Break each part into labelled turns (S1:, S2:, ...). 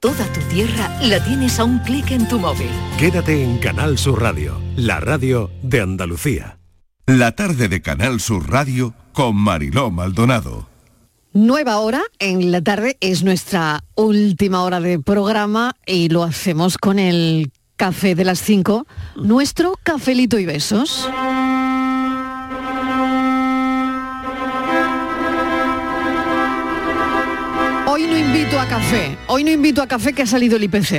S1: Toda tu tierra la tienes a un clic en tu móvil.
S2: Quédate en Canal Sur Radio, la radio de Andalucía.
S3: La tarde de Canal Sur Radio con Mariló Maldonado.
S4: Nueva hora en la tarde es nuestra última hora de programa y lo hacemos con el café de las 5, nuestro cafelito y besos. Hoy no invito a café, hoy no invito a café que ha salido el IPC.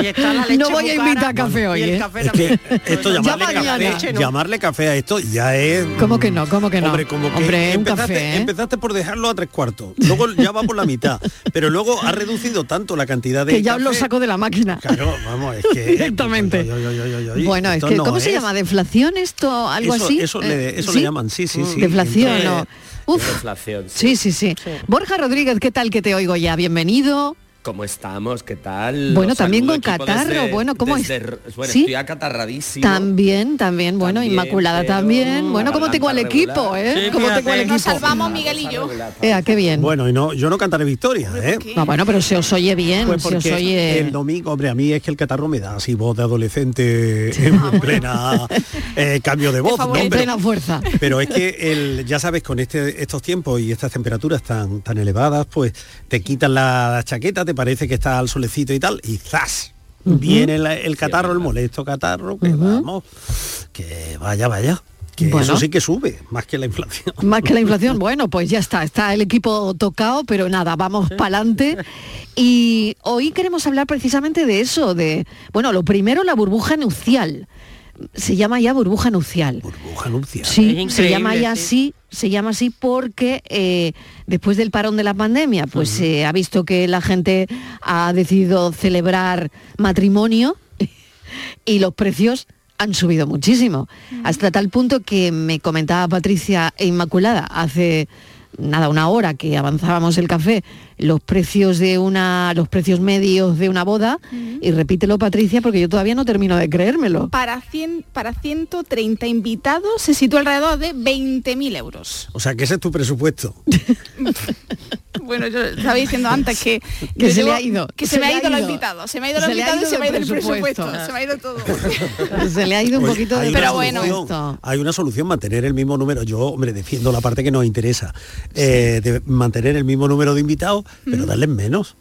S5: Y está la leche
S4: no voy a
S5: bucana.
S4: invitar a café
S5: Bueno,
S4: hoy.
S5: y el
S4: ¿eh?
S5: café
S6: Es que esto
S4: Ya
S6: llamarle
S4: mañana.
S6: café, llamarle café a esto ya es
S4: ¿Cómo que no? ¿Cómo que no?
S6: Hombre, como que
S4: Hombre, un
S6: empezaste,
S4: café. ¿eh?
S6: empezaste por dejarlo a tres cuartos, luego ya va por la mitad, pero luego ha reducido tanto la cantidad de
S4: Que ya
S6: café-
S4: lo saco de la máquina.
S6: Claro, vamos, es que
S4: Directamente.
S6: Yo, yo, yo, yo, yo, yo,
S4: Bueno, es
S6: esto
S4: que,
S6: no
S4: ¿cómo se
S6: es.
S4: llama? ¿Deflación esto? ¿Algo
S6: Eso-
S4: así?
S6: eso le-
S4: Eh,
S6: eso le llaman, sí, sí, sí.
S4: Deflación, ¿no?
S6: Entonces,
S4: Uf, sí, sí, sí. Borja Rodríguez, ¿qué tal que te oigo ya? Bienvenido.
S7: ¿Cómo estamos? ¿Qué tal?
S4: Bueno,
S7: Os
S4: también
S7: saludo,
S4: con
S7: equipo,
S4: catarro, bueno, ¿cómo
S7: desde-
S4: es?
S7: Bueno,
S4: ¿Sí?
S7: estoy acatarradísimo.
S4: También, también, bueno,
S7: También,
S4: Inmaculada
S7: pero
S4: también. Bueno,
S7: la
S4: ¿cómo tengo al
S7: planta
S4: equipo,
S7: regular.
S4: eh?
S6: Sí,
S4: ¿Cómo
S6: fíjate.
S4: tengo al
S8: Nos
S4: equipo?
S8: salvamos Miguel y yo.
S4: Ea, qué bien.
S6: Bueno, y no, yo no cantaré victoria, ¿eh?
S4: No, bueno, pero se os oye bien,
S6: Pues
S4: se os
S6: porque
S4: oye...
S6: el domingo, hombre, a mí es que el catarro me da así voz de adolescente en plena eh, cambio de voz, ¿no?
S4: en
S6: Pero-
S4: plena fuerza.
S6: Pero es que el, ya sabes, con este, estos tiempos y estas temperaturas tan, tan elevadas, pues te quitas la chaqueta, te parece que está al solecito y tal, y ¡zas! Viene la- el catarro, el molesto catarro, que vamos, que vaya, vaya. Que
S4: Bueno.
S6: eso sí que sube, más que la inflación.
S4: Más que la inflación, bueno, pues ya está, está el equipo tocado, pero nada, vamos para adelante. Y hoy queremos hablar precisamente de eso, de, bueno, lo primero, la burbuja nupcial. Se llama ya burbuja nupcial.
S6: Burbuja nupcial.
S4: Sí,
S5: Es
S4: se llama
S5: increíble,
S4: ya
S5: sí.
S4: así, se llama así porque eh, después del parón de la pandemia, pues se ha visto que la gente ha decidido celebrar matrimonio y los precios han subido muchísimo. Hasta tal punto que me comentaba Patricia e Inmaculada hace nada, una hora que avanzábamos el café, los precios de una, los precios medios de una boda, y repítelo Patricia, porque yo todavía no termino de creérmelo.
S8: Para, 100, para 130 invitados se sitúa alrededor de 20.000 euros.
S6: O sea, que ese es tu presupuesto.
S8: Bueno, yo estaba diciendo antes que...
S4: Que
S8: yo
S4: se le ha ido.
S8: Que se, me ha ido los invitados. Se me ha ido los
S4: Se le ha
S8: invitados y
S4: ido
S8: se me ha
S4: el
S8: ido el
S4: presupuesto.
S8: presupuesto. Se me ha ido todo.
S4: Se le ha ido un
S6: Oye,
S4: poquito de
S6: hay una
S8: Pero bueno.
S6: solución, hay una solución, mantener el mismo número. Yo, hombre, defiendo la parte que nos interesa. eh, de mantener el mismo número de invitados, pero darles menos.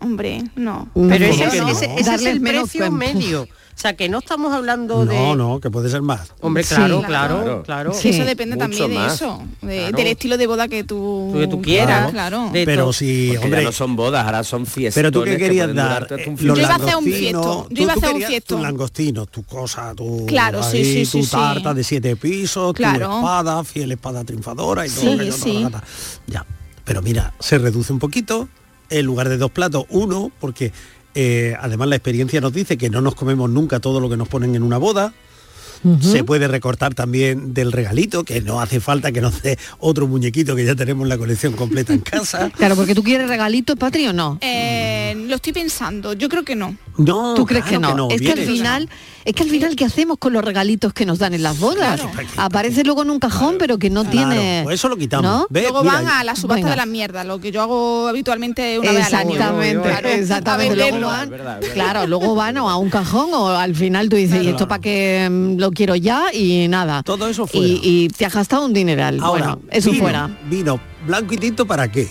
S8: Hombre, no.
S5: Pero
S6: ¿Cómo
S5: ese,
S6: que
S5: es-
S6: no?
S5: ese- ese es
S4: Darles
S5: el
S4: menos
S5: precio
S4: cuerpo.
S5: medio. O sea, que no estamos hablando de...
S6: No, no, que puede ser más.
S5: Hombre,
S4: Sí.
S5: claro,
S8: Claro.
S5: claro, claro.
S4: Sí.
S8: Eso depende
S7: Mucho
S8: también de
S7: más.
S8: eso. de-
S7: Claro.
S8: Del estilo de boda que tú,
S5: Lo que tú quieras.
S8: Claro.
S5: De-
S6: Pero
S5: todo.
S6: si,
S7: Porque
S6: hombre,
S7: ya no son bodas, ahora son fiestas.
S6: Pero tú qué querías dar? Eh, los
S8: Yo iba a hacer un
S6: langostinos,
S8: fiesto, yo
S6: tú-
S8: iba a
S6: tú
S8: hacer un
S6: querías
S8: fiesto.
S6: Tus langostinos, tu cosa, tu,
S8: Claro, sí, sí,
S6: tu
S8: sí, sí.
S6: tarta de siete pisos,
S8: Claro.
S6: tu espada, fiel espada triunfadora y todo.
S8: Sí,
S6: aquello, ta, ta,
S8: sí.
S6: ta, ta. Ya, pero mira, se reduce un poquito en lugar de dos platos, uno, porque eh, además la experiencia nos dice que no nos comemos nunca todo lo que nos ponen en una boda.
S2: Mm-hmm.
S6: Se puede recortar también del regalito, que no hace falta que nos dé otro muñequito que ya tenemos la colección completa en casa.
S4: Claro, porque tú quieres regalito, Patri, o no.
S8: Eh, lo estoy pensando. Yo creo que no.
S6: No,
S4: ¿Tú crees
S6: claro
S4: que no? es que al
S6: viene.
S4: final, es que al final, ¿qué hacemos con los regalitos que nos dan en las bodas?
S8: Claro.
S4: Aparece luego en un cajón, pero que no
S6: Claro,
S4: tiene.
S6: pues eso lo quitamos.
S4: ¿no?
S6: Ve,
S8: Luego
S6: mira,
S8: van a la subasta
S4: venga.
S8: de las mierdas, lo que yo hago habitualmente una vez al año.
S4: Exactamente,
S8: Claro,
S4: exactamente.
S8: a
S4: Luego
S8: venderlo.
S4: van,
S7: verdad, verdad.
S4: claro, luego van o a un cajón o al final tú dices, ¿y esto para qué mm, lo quiero ya? Y nada.
S6: Todo eso fuera.
S4: Y, y te has gastado un dineral.
S6: Ahora,
S4: bueno, eso
S6: vino,
S4: fuera.
S6: Vino blanco y tinto para qué?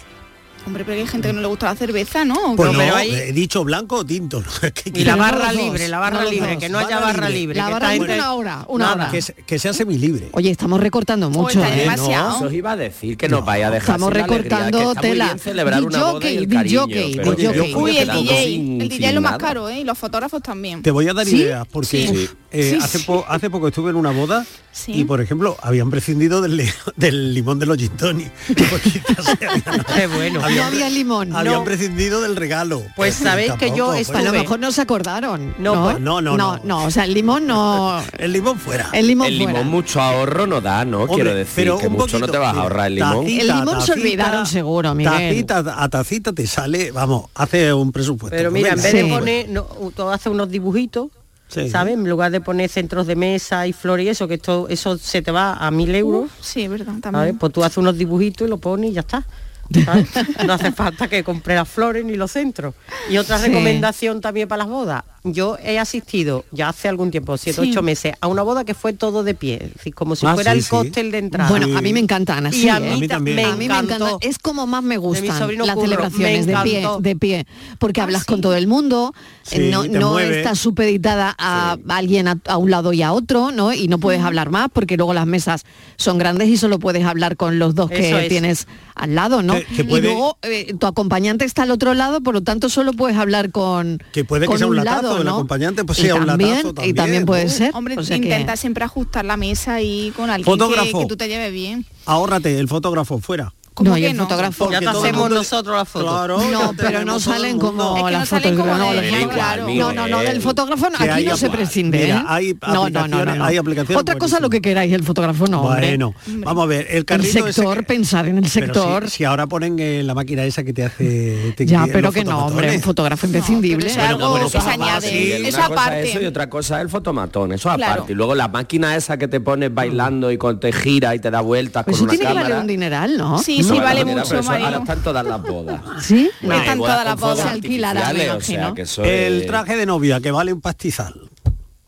S8: Hombre, pero hay gente que no le gusta la cerveza, ¿no?
S6: Pues no,
S5: pero
S4: eh,
S5: ahí-
S6: he dicho blanco o tinto. ¿no? Es que-
S5: Y la
S4: no
S5: barra
S4: los dos,
S5: libre, la
S4: no
S5: barra
S4: los
S5: libre,
S4: dos.
S5: que no haya
S6: Barra
S5: barra
S6: libre.
S5: libre.
S4: La
S5: que
S4: barra
S5: esta
S4: libre,
S5: gente-
S4: una hora, una
S5: Nada.
S4: hora.
S6: que, se- que sea semilibre.
S4: Oye, estamos recortando mucho.
S8: está
S4: ¿eh?
S6: Eh, no.
S8: demasiado.
S7: Eso os iba a decir que nos vaya a dejar
S4: Estamos
S7: sin la alegría,
S4: recortando
S7: que está muy
S4: tela.
S7: bien celebrar una boda
S4: Disjockey,
S7: y el cariño,
S4: disjockey,
S7: pero que
S4: disjockey.
S7: yo
S8: Uy, el
S7: creo que
S8: DJ,
S7: tampoco
S8: el DJ es lo más
S7: nada.
S8: caro, ¿eh? Y los fotógrafos también.
S6: Te voy a dar
S4: ¿Sí?
S6: ideas porque
S8: Sí.
S6: eh,
S8: Sí,
S6: hace,
S8: sí.
S6: po- hace poco estuve en una boda
S8: Sí.
S6: y por ejemplo habían prescindido del, li- del limón de los gin tonic. Porque ya se habían-
S5: Qué bueno.
S4: No había limón.
S6: habían
S5: No.
S6: prescindido del regalo.
S5: Pues sabéis que yo
S6: tampoco,
S5: estuve-
S4: Eh, A
S6: pues,
S4: lo
S5: Tuve.
S4: mejor no se acordaron.
S5: No,
S4: No,
S5: pues
S6: no, no,
S4: no,
S6: no.
S4: no, O sea, el limón no.
S6: el limón fuera.
S4: El limón
S7: El
S4: fuera.
S7: limón mucho ahorro no da, ¿no?
S6: Hombre,
S7: Quiero decir
S6: pero
S7: que
S6: un
S7: mucho no
S6: poquito,
S7: te vas a
S6: mira,
S7: ahorrar el limón.
S6: tacita,
S4: El limón se olvidaron seguro, Miguel.
S6: Tacita, a tacita te sale, vamos, hace un presupuesto.
S5: Pero
S6: Pues
S5: mira, en
S6: venga,
S5: vez
S4: Sí.
S5: de poner, no, todo hace unos dibujitos,
S6: Sí.
S5: ¿sabes? En lugar de poner centros de mesa y flores y eso, que esto, eso se te va a mil euros,
S8: Uf, sí, es verdad,
S5: ¿sabes?
S8: también.
S5: Pues tú haces unos dibujitos y lo pones y ya está. ¿sabes? No hace falta que compre las flores ni los centros. Y otra
S4: Sí.
S5: recomendación también para las bodas. Yo he asistido ya hace algún tiempo, siete,
S4: Sí.
S5: ocho meses, a una boda que fue todo de pie, es decir, como si
S6: Ah,
S5: fuera
S6: sí,
S5: el
S6: sí.
S5: cóctel de entrada.
S4: Bueno, a mí me encantan así.
S5: Y a
S4: ¿eh?
S5: mí,
S6: mí
S5: ta-
S6: también.
S5: me
S4: A mí me
S5: encantó.
S4: encanta, es como más me gustan las
S5: sobrino Curro,
S4: celebraciones
S5: me
S4: de pie,
S5: encantó. Ah,
S4: de pie, porque hablas con todo el mundo,
S6: Sí,
S4: eh, no,
S6: te
S4: no
S6: mueve.
S4: estás supeditada a alguien a, a un lado y a otro, ¿no? Y no puedes hablar más porque luego las mesas son grandes y solo puedes hablar con los dos
S5: Eso
S4: que
S5: es.
S4: tienes al lado, ¿no?
S6: Que- que puede-
S4: Y luego eh, tu acompañante está al otro lado, por lo tanto solo puedes hablar con
S6: Que puede que
S4: con
S6: sea un latazo
S4: lado,
S6: del
S4: ¿no?
S6: acompañante, pues
S4: Y
S6: sea un
S4: también-
S6: latazo
S4: y también
S6: también,
S4: puede
S6: ¿no?
S4: ser.
S8: Hombre,
S4: o sea que-
S8: intenta siempre ajustar la mesa y con alguien que,
S6: Fotógrafo.
S8: que tú te lleves bien.
S6: Ahórrate el fotógrafo fuera.
S8: ¿Cómo
S4: No, y
S8: que
S4: el
S8: no?
S4: fotógrafo.
S5: Ya te
S6: todo el
S5: hacemos
S6: mundo-
S5: nosotros la foto.
S6: Claro,
S4: No,
S6: ya te
S4: pero no
S6: hacemos todo el
S4: salen
S6: mundo.
S4: como
S8: Es que
S4: las
S8: no
S4: fotos
S8: salen como
S4: no,
S8: de-
S4: las-
S8: igual,
S4: no, no, no, del
S7: Miguel.
S4: fotógrafo no,
S6: Que
S4: aquí
S6: hay
S4: no se
S6: apl-
S4: prescinde.
S6: Mira,
S4: ¿eh?
S6: hay
S4: no, no, no, no,
S6: aplicaciones-
S4: no.
S6: hay aplicaciones
S4: Otra cosa lo que queráis, el fotógrafo no, hombre.
S6: Bueno, vamos a ver, el
S4: El
S6: carrito ese
S4: sector,
S6: que-
S4: pensar en el
S6: Pero
S4: sector.
S6: Si, si ahora ponen eh, la máquina esa que te hace... te-
S4: ya,
S6: los
S4: pero que no, hombre,
S6: fotobotones.
S4: un fotógrafo imprescindible.
S8: eso es algo
S6: bueno,
S8: que se
S6: papá,
S8: añade.
S6: sí,
S7: una
S8: eso
S7: cosa
S8: aparte.
S7: es eso y otra cosa es el fotomatón, eso
S8: Claro.
S7: aparte. Y luego la máquina esa que te pones bailando y cuando te gira y te da vueltas
S4: Pues
S7: con
S4: eso
S7: una
S4: tiene que
S7: cámara.
S4: valer un dineral, ¿no?
S8: Sí, sí,
S7: No, la
S8: vale
S7: manera, pero
S8: mucho,
S6: pues,
S7: eso Ahora
S8: Marino.
S7: están todas las bodas.
S4: ¿sí.
S8: No, Están
S7: hay bodas
S8: todas las
S7: con fuegos
S8: bodas.
S4: Se alquilará, me
S7: artificiales, o sea,
S4: imagino.
S7: que eso
S6: El
S7: es-
S6: traje de novia, que vale un pastizal.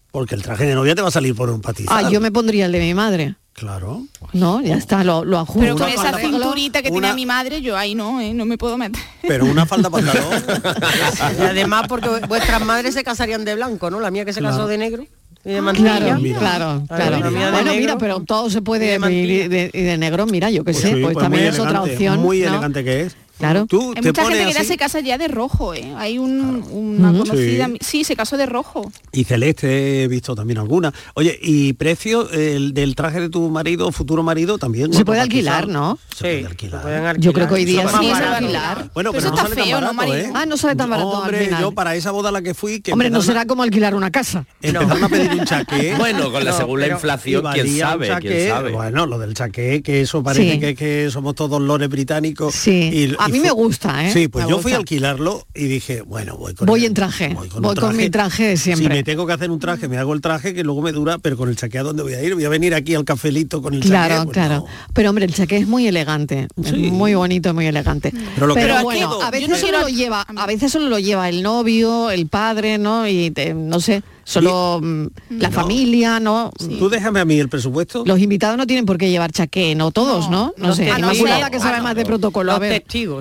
S6: Porque el traje de novia te va a salir por un pastizal.
S4: Ah, yo me pondría el de mi madre.
S6: Claro.
S4: No, ya está, lo, lo ajusto.
S8: Pero con
S6: Una
S8: esa
S6: falda-
S8: cinturita que
S6: una-
S8: tiene mi madre, yo ahí no, eh, no me puedo meter.
S6: Pero una falda pantalón.
S5: Y además porque vuestras madres se casarían de blanco, ¿no? La mía que se
S6: Claro.
S5: casó de negro y de mantilla.
S4: Ah, Claro,
S6: Mira.
S4: claro, claro.
S5: Mira, mira, de
S4: Bueno, mira,
S5: negro.
S4: pero todo se
S5: Y
S4: puede
S5: de
S4: pedir y de, y de negro, mira, yo qué sé,
S6: sí,
S4: pues,
S6: pues
S4: también
S6: muy
S4: es otra
S6: elegante,
S4: opción.
S6: Muy
S4: ¿no?
S6: elegante que es.
S4: Claro.
S6: Tú
S8: Hay
S6: te
S8: mucha gente
S6: pones
S8: que ya
S6: así,
S8: se casa ya de rojo, eh. Hay un, una conocida...
S6: Sí.
S8: Sí. se casó de rojo.
S6: Y celeste he visto también alguna. Oye, y precio eh, el del traje de tu marido, futuro marido, también.
S4: Se
S6: otro
S4: puede
S6: pastizal.
S4: alquilar, ¿no?
S6: Se
S5: Sí,
S6: puede
S5: lo
S6: alquilar.
S5: pueden
S4: Yo creo que hoy día
S5: Eso
S4: sí
S5: es
S4: es
S5: más barato.
S4: alquilar.
S6: Bueno,
S8: Pero
S6: pero,
S8: eso
S6: no
S8: está
S6: sale tan
S8: feo, ¿no,
S6: barato,
S8: marido?
S6: ¿eh?
S4: Ah, no sale tan barato al
S6: Hombre,
S4: final.
S6: yo para esa boda a la que fui... Que
S4: Hombre, no
S6: empezaron a-
S4: será como alquilar una casa.
S6: Empezaron a pedir un chaqué.
S7: Bueno, con la
S5: No,
S7: según la
S5: pero-
S7: inflación,
S6: Y
S7: quién
S6: valía un
S7: sabe,
S6: chaqué.
S7: quién sabe.
S6: Bueno, lo del chaqué, que eso parece
S4: Sí.
S6: que, que somos todos lores británicos.
S4: Sí. A mí me
S6: fu-
S4: gusta, ¿eh?
S6: Sí, pues
S4: Me
S6: yo
S4: gusta.
S6: fui a alquilarlo y dije, bueno, voy con
S4: Voy
S6: el-
S4: en traje, voy
S6: un
S4: con mi traje de siempre.
S6: Si me tengo que hacer un traje, me hago el traje que luego me dura, pero con el chaqué a dónde voy a ir? Voy a venir aquí al cafelito con el chaqué.
S4: Claro,
S6: Pues
S4: claro.
S6: no.
S4: Pero hombre, el chaqué es muy elegante, es
S6: Sí.
S4: muy bonito, muy elegante.
S6: Pero
S4: Pero,
S6: lo que- Pero
S4: bueno,
S6: aquí-
S4: a veces
S8: yo no
S4: solo
S8: quiero-
S4: lo lleva, a veces solo lo lleva el novio, el padre, ¿no? Y te- no sé, solo mm, la familia, ¿no?
S6: Tú déjame a mí el presupuesto.
S4: Los invitados no tienen por qué llevar chaqué, no todos, ¿no? No,
S5: los
S4: sé.
S5: testigos.
S4: Inmaculada que
S8: Ah,
S4: sabe
S8: no.
S4: más de protocolo, a
S5: Los
S4: ver.
S5: testigos.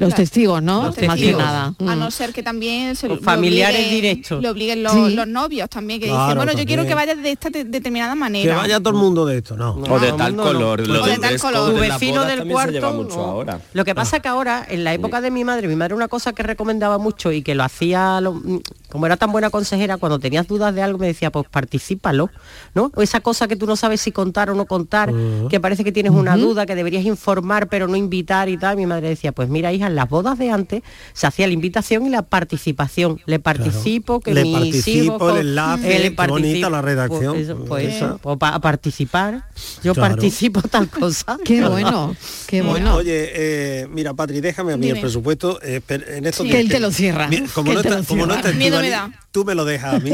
S4: Los testigos, ¿no?
S5: Los
S4: Más que
S5: testigos.
S4: nada.
S8: A
S4: Mm.
S8: no ser que también se
S5: Los
S8: lo
S5: familiares
S8: obliguen-
S5: directos.
S8: Lo obliguen los,
S4: Sí.
S8: los novios también, que
S6: Claro,
S8: dicen, bueno,
S6: también.
S8: yo quiero que vayas de esta de- determinada manera.
S6: que vaya todo el mundo de esto, no.
S7: O de
S5: No,
S7: tal
S5: no, no.
S7: color. lo
S6: Pues
S8: O de
S7: del
S8: tal
S7: dress
S8: color.
S7: code
S5: tu
S7: en las
S5: vecino
S7: bodas
S5: del
S7: también
S5: cuarto
S7: se lleva mucho
S5: no.
S7: ahora.
S5: lo que pasa que ahora en la época de mi madre mi madre una cosa que recomendaba mucho y que lo hacía lo- mm, como era tan buena consejera cuando tenías dudas de algo me decía pues participalo no o esa cosa que tú no sabes si contar o no contar que parece que tienes una duda que deberías informar pero no invitar y tal mi madre decía pues mira hija en las bodas de antes se hacía la invitación y la participación le participo que
S6: Le
S5: mis
S6: participo,
S5: hijos-
S6: el enlace,
S5: le
S6: qué bonita la redacción.
S5: pues eso, pues
S6: Sí.
S5: eso, o pa- a participar yo
S6: Claro.
S5: participo tal cosa
S4: Qué bueno, qué bueno.
S6: Oye, eh, mira, Patri, déjame a mí el
S8: Dime.
S6: presupuesto. eh, pero en esto
S4: Sí. Que él te lo cierra.
S6: como
S4: Que
S6: no
S4: él te
S6: está,
S4: lo
S6: como no
S4: cierra.
S6: está
S8: Miedo me
S6: Estivali,
S8: da.
S6: tú me lo dejas a mí.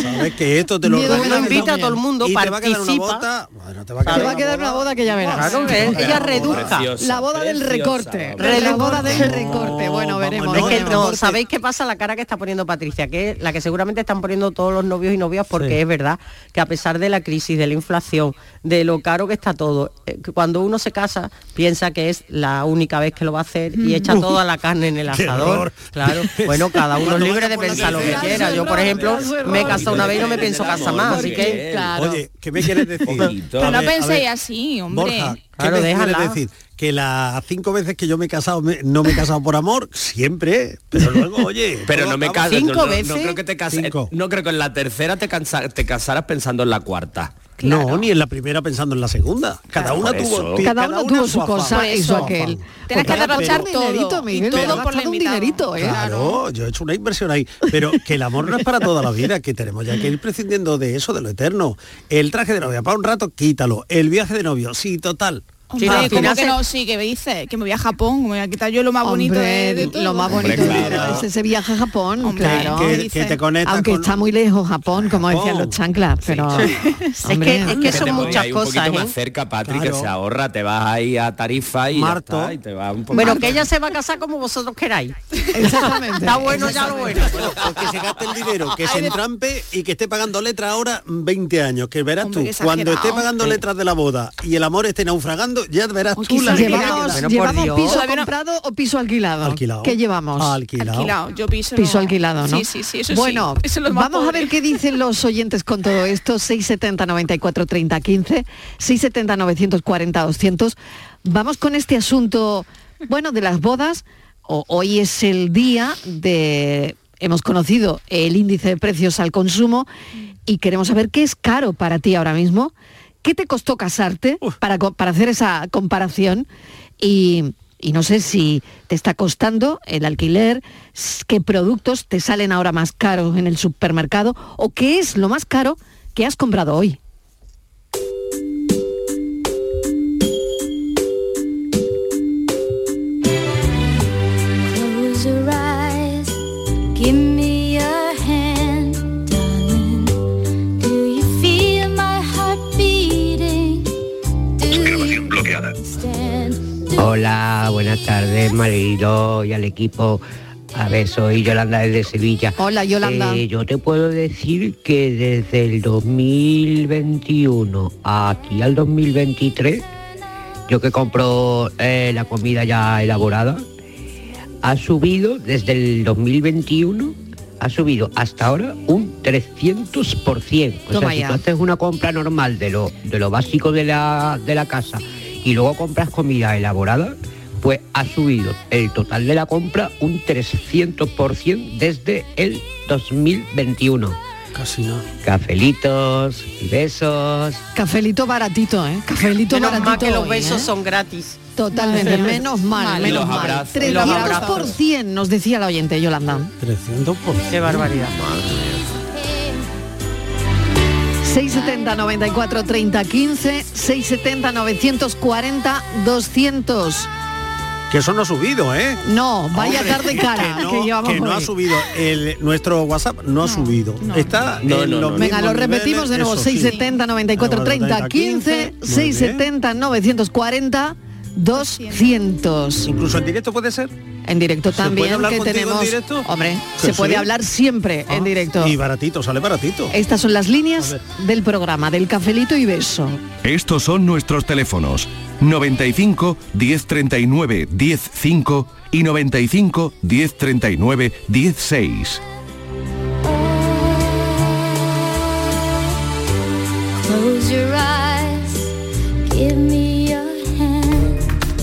S6: Sabes que esto te lo
S4: Miedo me
S6: organizas
S4: da
S6: tú
S4: invita a todo el
S5: mundo,
S6: y te va a quedar una
S5: participa.
S6: bota- bueno, te va a
S5: Te
S6: quedar
S4: Te va a
S6: una
S4: quedar una boda que ya verás.
S5: Claro, que ella reduja.
S7: Preciosa,
S4: La boda del
S7: preciosa,
S4: recorte.
S7: vamos.
S4: La boda del
S6: Recorte.
S4: recorte.
S6: No,
S4: Bueno,
S6: vamos,
S4: veremos.
S6: no,
S5: Es que
S4: veremos.
S5: no, este ¿sabéis qué pasa? La cara que está poniendo Patricia, que es la que seguramente están poniendo todos los novios y novias, porque
S6: Sí.
S5: es verdad que a pesar de la crisis, de la inflación, de lo caro que está todo, eh, que cuando uno se casa piensa que es la única vez que lo va a hacer y echa toda la carne en el
S6: Mm. Qué
S5: asador.
S6: horror.
S5: Claro, bueno, cada uno es
S6: Cuando
S5: libre
S6: vaya
S5: de
S6: por la
S5: pensar lo que
S6: tercera,
S5: quiera. Yo, por
S4: error,
S5: ejemplo,
S4: es error.
S5: me he casado una vez y no me pienso casar más, así que...
S4: Claro.
S6: Oye, ¿qué me quieres decir?
S7: Poquito.
S6: A
S8: Pero no
S6: ver, a
S8: penséis
S6: ver,
S8: así, hombre.
S6: Borja, ¿qué
S5: Claro,
S6: me quieres
S5: déjala.
S6: decir? Que las cinco veces que yo me he casado, me- no me he casado por amor, siempre, pero luego, oye...
S7: Pero
S6: todo
S7: no me
S6: acaba-
S7: caso.
S5: Cinco
S7: no, no,
S5: veces.
S7: No creo que te cases-
S6: Cinco.
S7: No creo que en la tercera te, cansa- te casaras pensando en la cuarta.
S6: No, ni en la primera pensando en la segunda. Cada una
S7: Por eso.
S6: tuvo,
S4: Cada uno tuvo su
S6: afán.
S4: cosa y su
S6: afán.
S4: aquel.
S8: Tenés que
S4: Porque
S8: derrochar
S4: gastado un
S8: todo,
S4: dinerito,
S8: y
S4: Miguel,
S8: todo
S4: te has
S8: por lo
S4: gastado un
S8: invitado.
S4: dinerito, ¿eh?
S6: Claro, yo he hecho una inversión ahí, pero que el amor no es para toda la vida, que tenemos ya que ir prescindiendo de eso, de lo eterno. El traje de novia, para un rato, quítalo. El viaje de novio, sí, total. Ah,
S8: Hombre,
S5: Sí, sí,
S8: ¿cómo
S5: tiene
S8: que no? Sí, que me dice que me voy a Japón, que me voy a quitar yo lo más bonito de,
S4: Hombre,
S8: de todo.
S4: lo más
S7: Hombre,
S4: bonito de
S7: claro.
S4: es ese viaje a Japón,
S8: Hombre,
S4: claro.
S8: ¿qué
S6: que,
S8: dice?
S6: que te conectas
S4: Aunque
S6: con-
S4: está muy lejos Japón, como decían
S6: Japón.
S4: los chanclas, pero hombre,
S5: Es que- es que
S7: te
S5: son
S7: pones
S5: muchas
S7: ahí
S5: cosas,
S7: Un poquito
S5: ¿eh?
S7: más cerca, Patrick,
S6: Claro.
S7: que se ahorra, te vas ahí a Tarifa y, ya
S6: Marto.
S7: está, y te vas un poco
S5: Bueno, que ella se va a casar como vosotros queráis.
S4: exactamente.
S5: Está bueno ya lo bueno.
S6: Bueno, pues que se gaste el dinero, que se entrampe y que esté pagando letras ahora 20 años, que verás
S8: Hombre, qué
S6: tú, cuando esté
S8: exagerado.
S6: pagando letras de la boda y el amor esté naufragando, ya verás
S4: Uy,
S6: tú la
S4: quizás
S6: alegría que
S4: llevamos,
S6: da.
S5: Bueno, por
S4: llevamos
S5: Dios.
S4: piso
S8: Todavía no-
S4: comprado o piso alquilado.
S6: Alquilado.
S4: ¿Qué llevamos?
S6: Alquilado.
S8: alquilado. Yo piso. no-
S4: Piso alquilado, ¿no?
S8: Sí, sí, sí, eso
S4: bueno,
S8: sí. Eso es lo más
S4: vamos a
S8: pobre.
S4: ver qué dicen los oyentes con todo esto. 670 94 30 15, 670 940 200. Vamos con este asunto, bueno, de las bodas. O- hoy es el día de... Hemos conocido el índice de precios al consumo y queremos saber qué es caro para ti ahora mismo. ¿Qué te costó casarte para, co- para hacer esa comparación? Y, y no sé si te está costando el alquiler, s- qué productos te salen ahora más caros en el supermercado o qué es lo más caro que has comprado hoy.
S9: Close your eyes, give me your hand, darling. Do you feel my heart beating? Do you stand?
S10: Hola, buenas tardes, marido y al equipo. A ver, soy Yolanda desde Sevilla.
S4: Hola, Yolanda.
S10: Eh, yo te puedo decir que desde el 2021 aquí al 2023, yo que compro eh, la comida ya elaborada, ha subido desde el 2021, ha subido hasta ahora un 300%. O
S4: Toma
S10: sea, si
S4: ya.
S10: tú haces una compra normal de lo, de lo básico de la, de la casa y luego compras comida elaborada, pues ha subido el total de la compra un 300% desde el 2021.
S6: Casi no.
S10: Cafelitos y besos.
S4: Cafelito baratito, ¿eh? Cafelito
S5: Menos
S4: baratito.
S5: mal que los
S4: hoy,
S5: besos
S4: ¿eh?
S5: son gratis.
S4: Totalmente, menos mal,
S8: Mal. Y
S4: menos
S7: los
S4: mal.
S7: abrazos.
S5: Y los
S4: 300% nos decía la oyente Yolanda.
S6: 300 por
S5: Qué barbaridad.
S4: 670 94 30 15 670 940 200.
S6: Que eso no ha subido, ¿eh?
S4: No, vaya
S6: Hombre,
S4: tarde cara
S6: que
S4: que,
S6: no,
S4: llevamos
S6: que no
S4: hoy.
S6: ha subido el nuestro WhatsApp no, ha subido está
S7: No,
S6: en
S7: no,
S6: los
S7: no.
S4: Venga,
S6: mismos
S4: lo repetimos de
S6: niveles,
S4: nuevo,
S6: eso sí.
S4: 670 94 30 15
S6: Muy bien.
S4: 670 940 200.
S6: incluso en directo puede ser
S4: En directo
S6: ¿Se puede
S4: también
S6: hablar
S4: que
S6: contigo en
S4: tenemos.
S6: directo?
S4: Hombre,
S6: Sí,
S4: se puede
S6: sí. Ah,
S4: hablar siempre en directo.
S6: y baratito sale baratito
S4: Estas son las líneas
S6: A
S4: del programa del cafelito y beso.
S3: Estos son nuestros teléfonos 95 1039 105 y 95 1039 16.
S9: Close your eyes, give me your hand.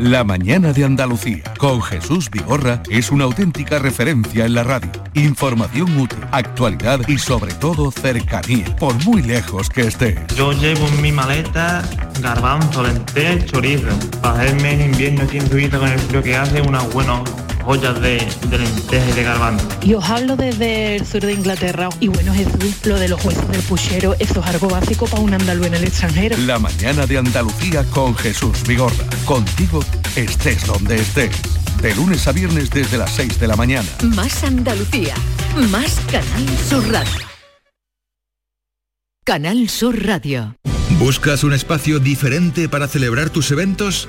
S3: La mañana de Andalucía con Jesús Vigorra es una auténtica referencia en la radio. Información útil, actualidad y sobre todo cercanía, por muy lejos que estés.
S10: Yo llevo en mi maleta garbanzo, lenteja, chorizo. Para el mes de invierno aquí en Suiza con el frío que hace, unas buenas joyas de, de lenteja y de garbanzo.
S9: Y os hablo desde el sur de Inglaterra. Y bueno, Jesús, lo de los huesos del puchero, eso es algo básico para un andaluz en el extranjero.
S3: La mañana de Andalucía con Jesús Vigorra. Contigo estés donde estés. de lunes a viernes desde las 6 de la mañana.
S11: Más Andalucía. Más Canal Sur Radio. Canal Sur Radio.
S12: ¿Buscas un espacio diferente para celebrar tus eventos?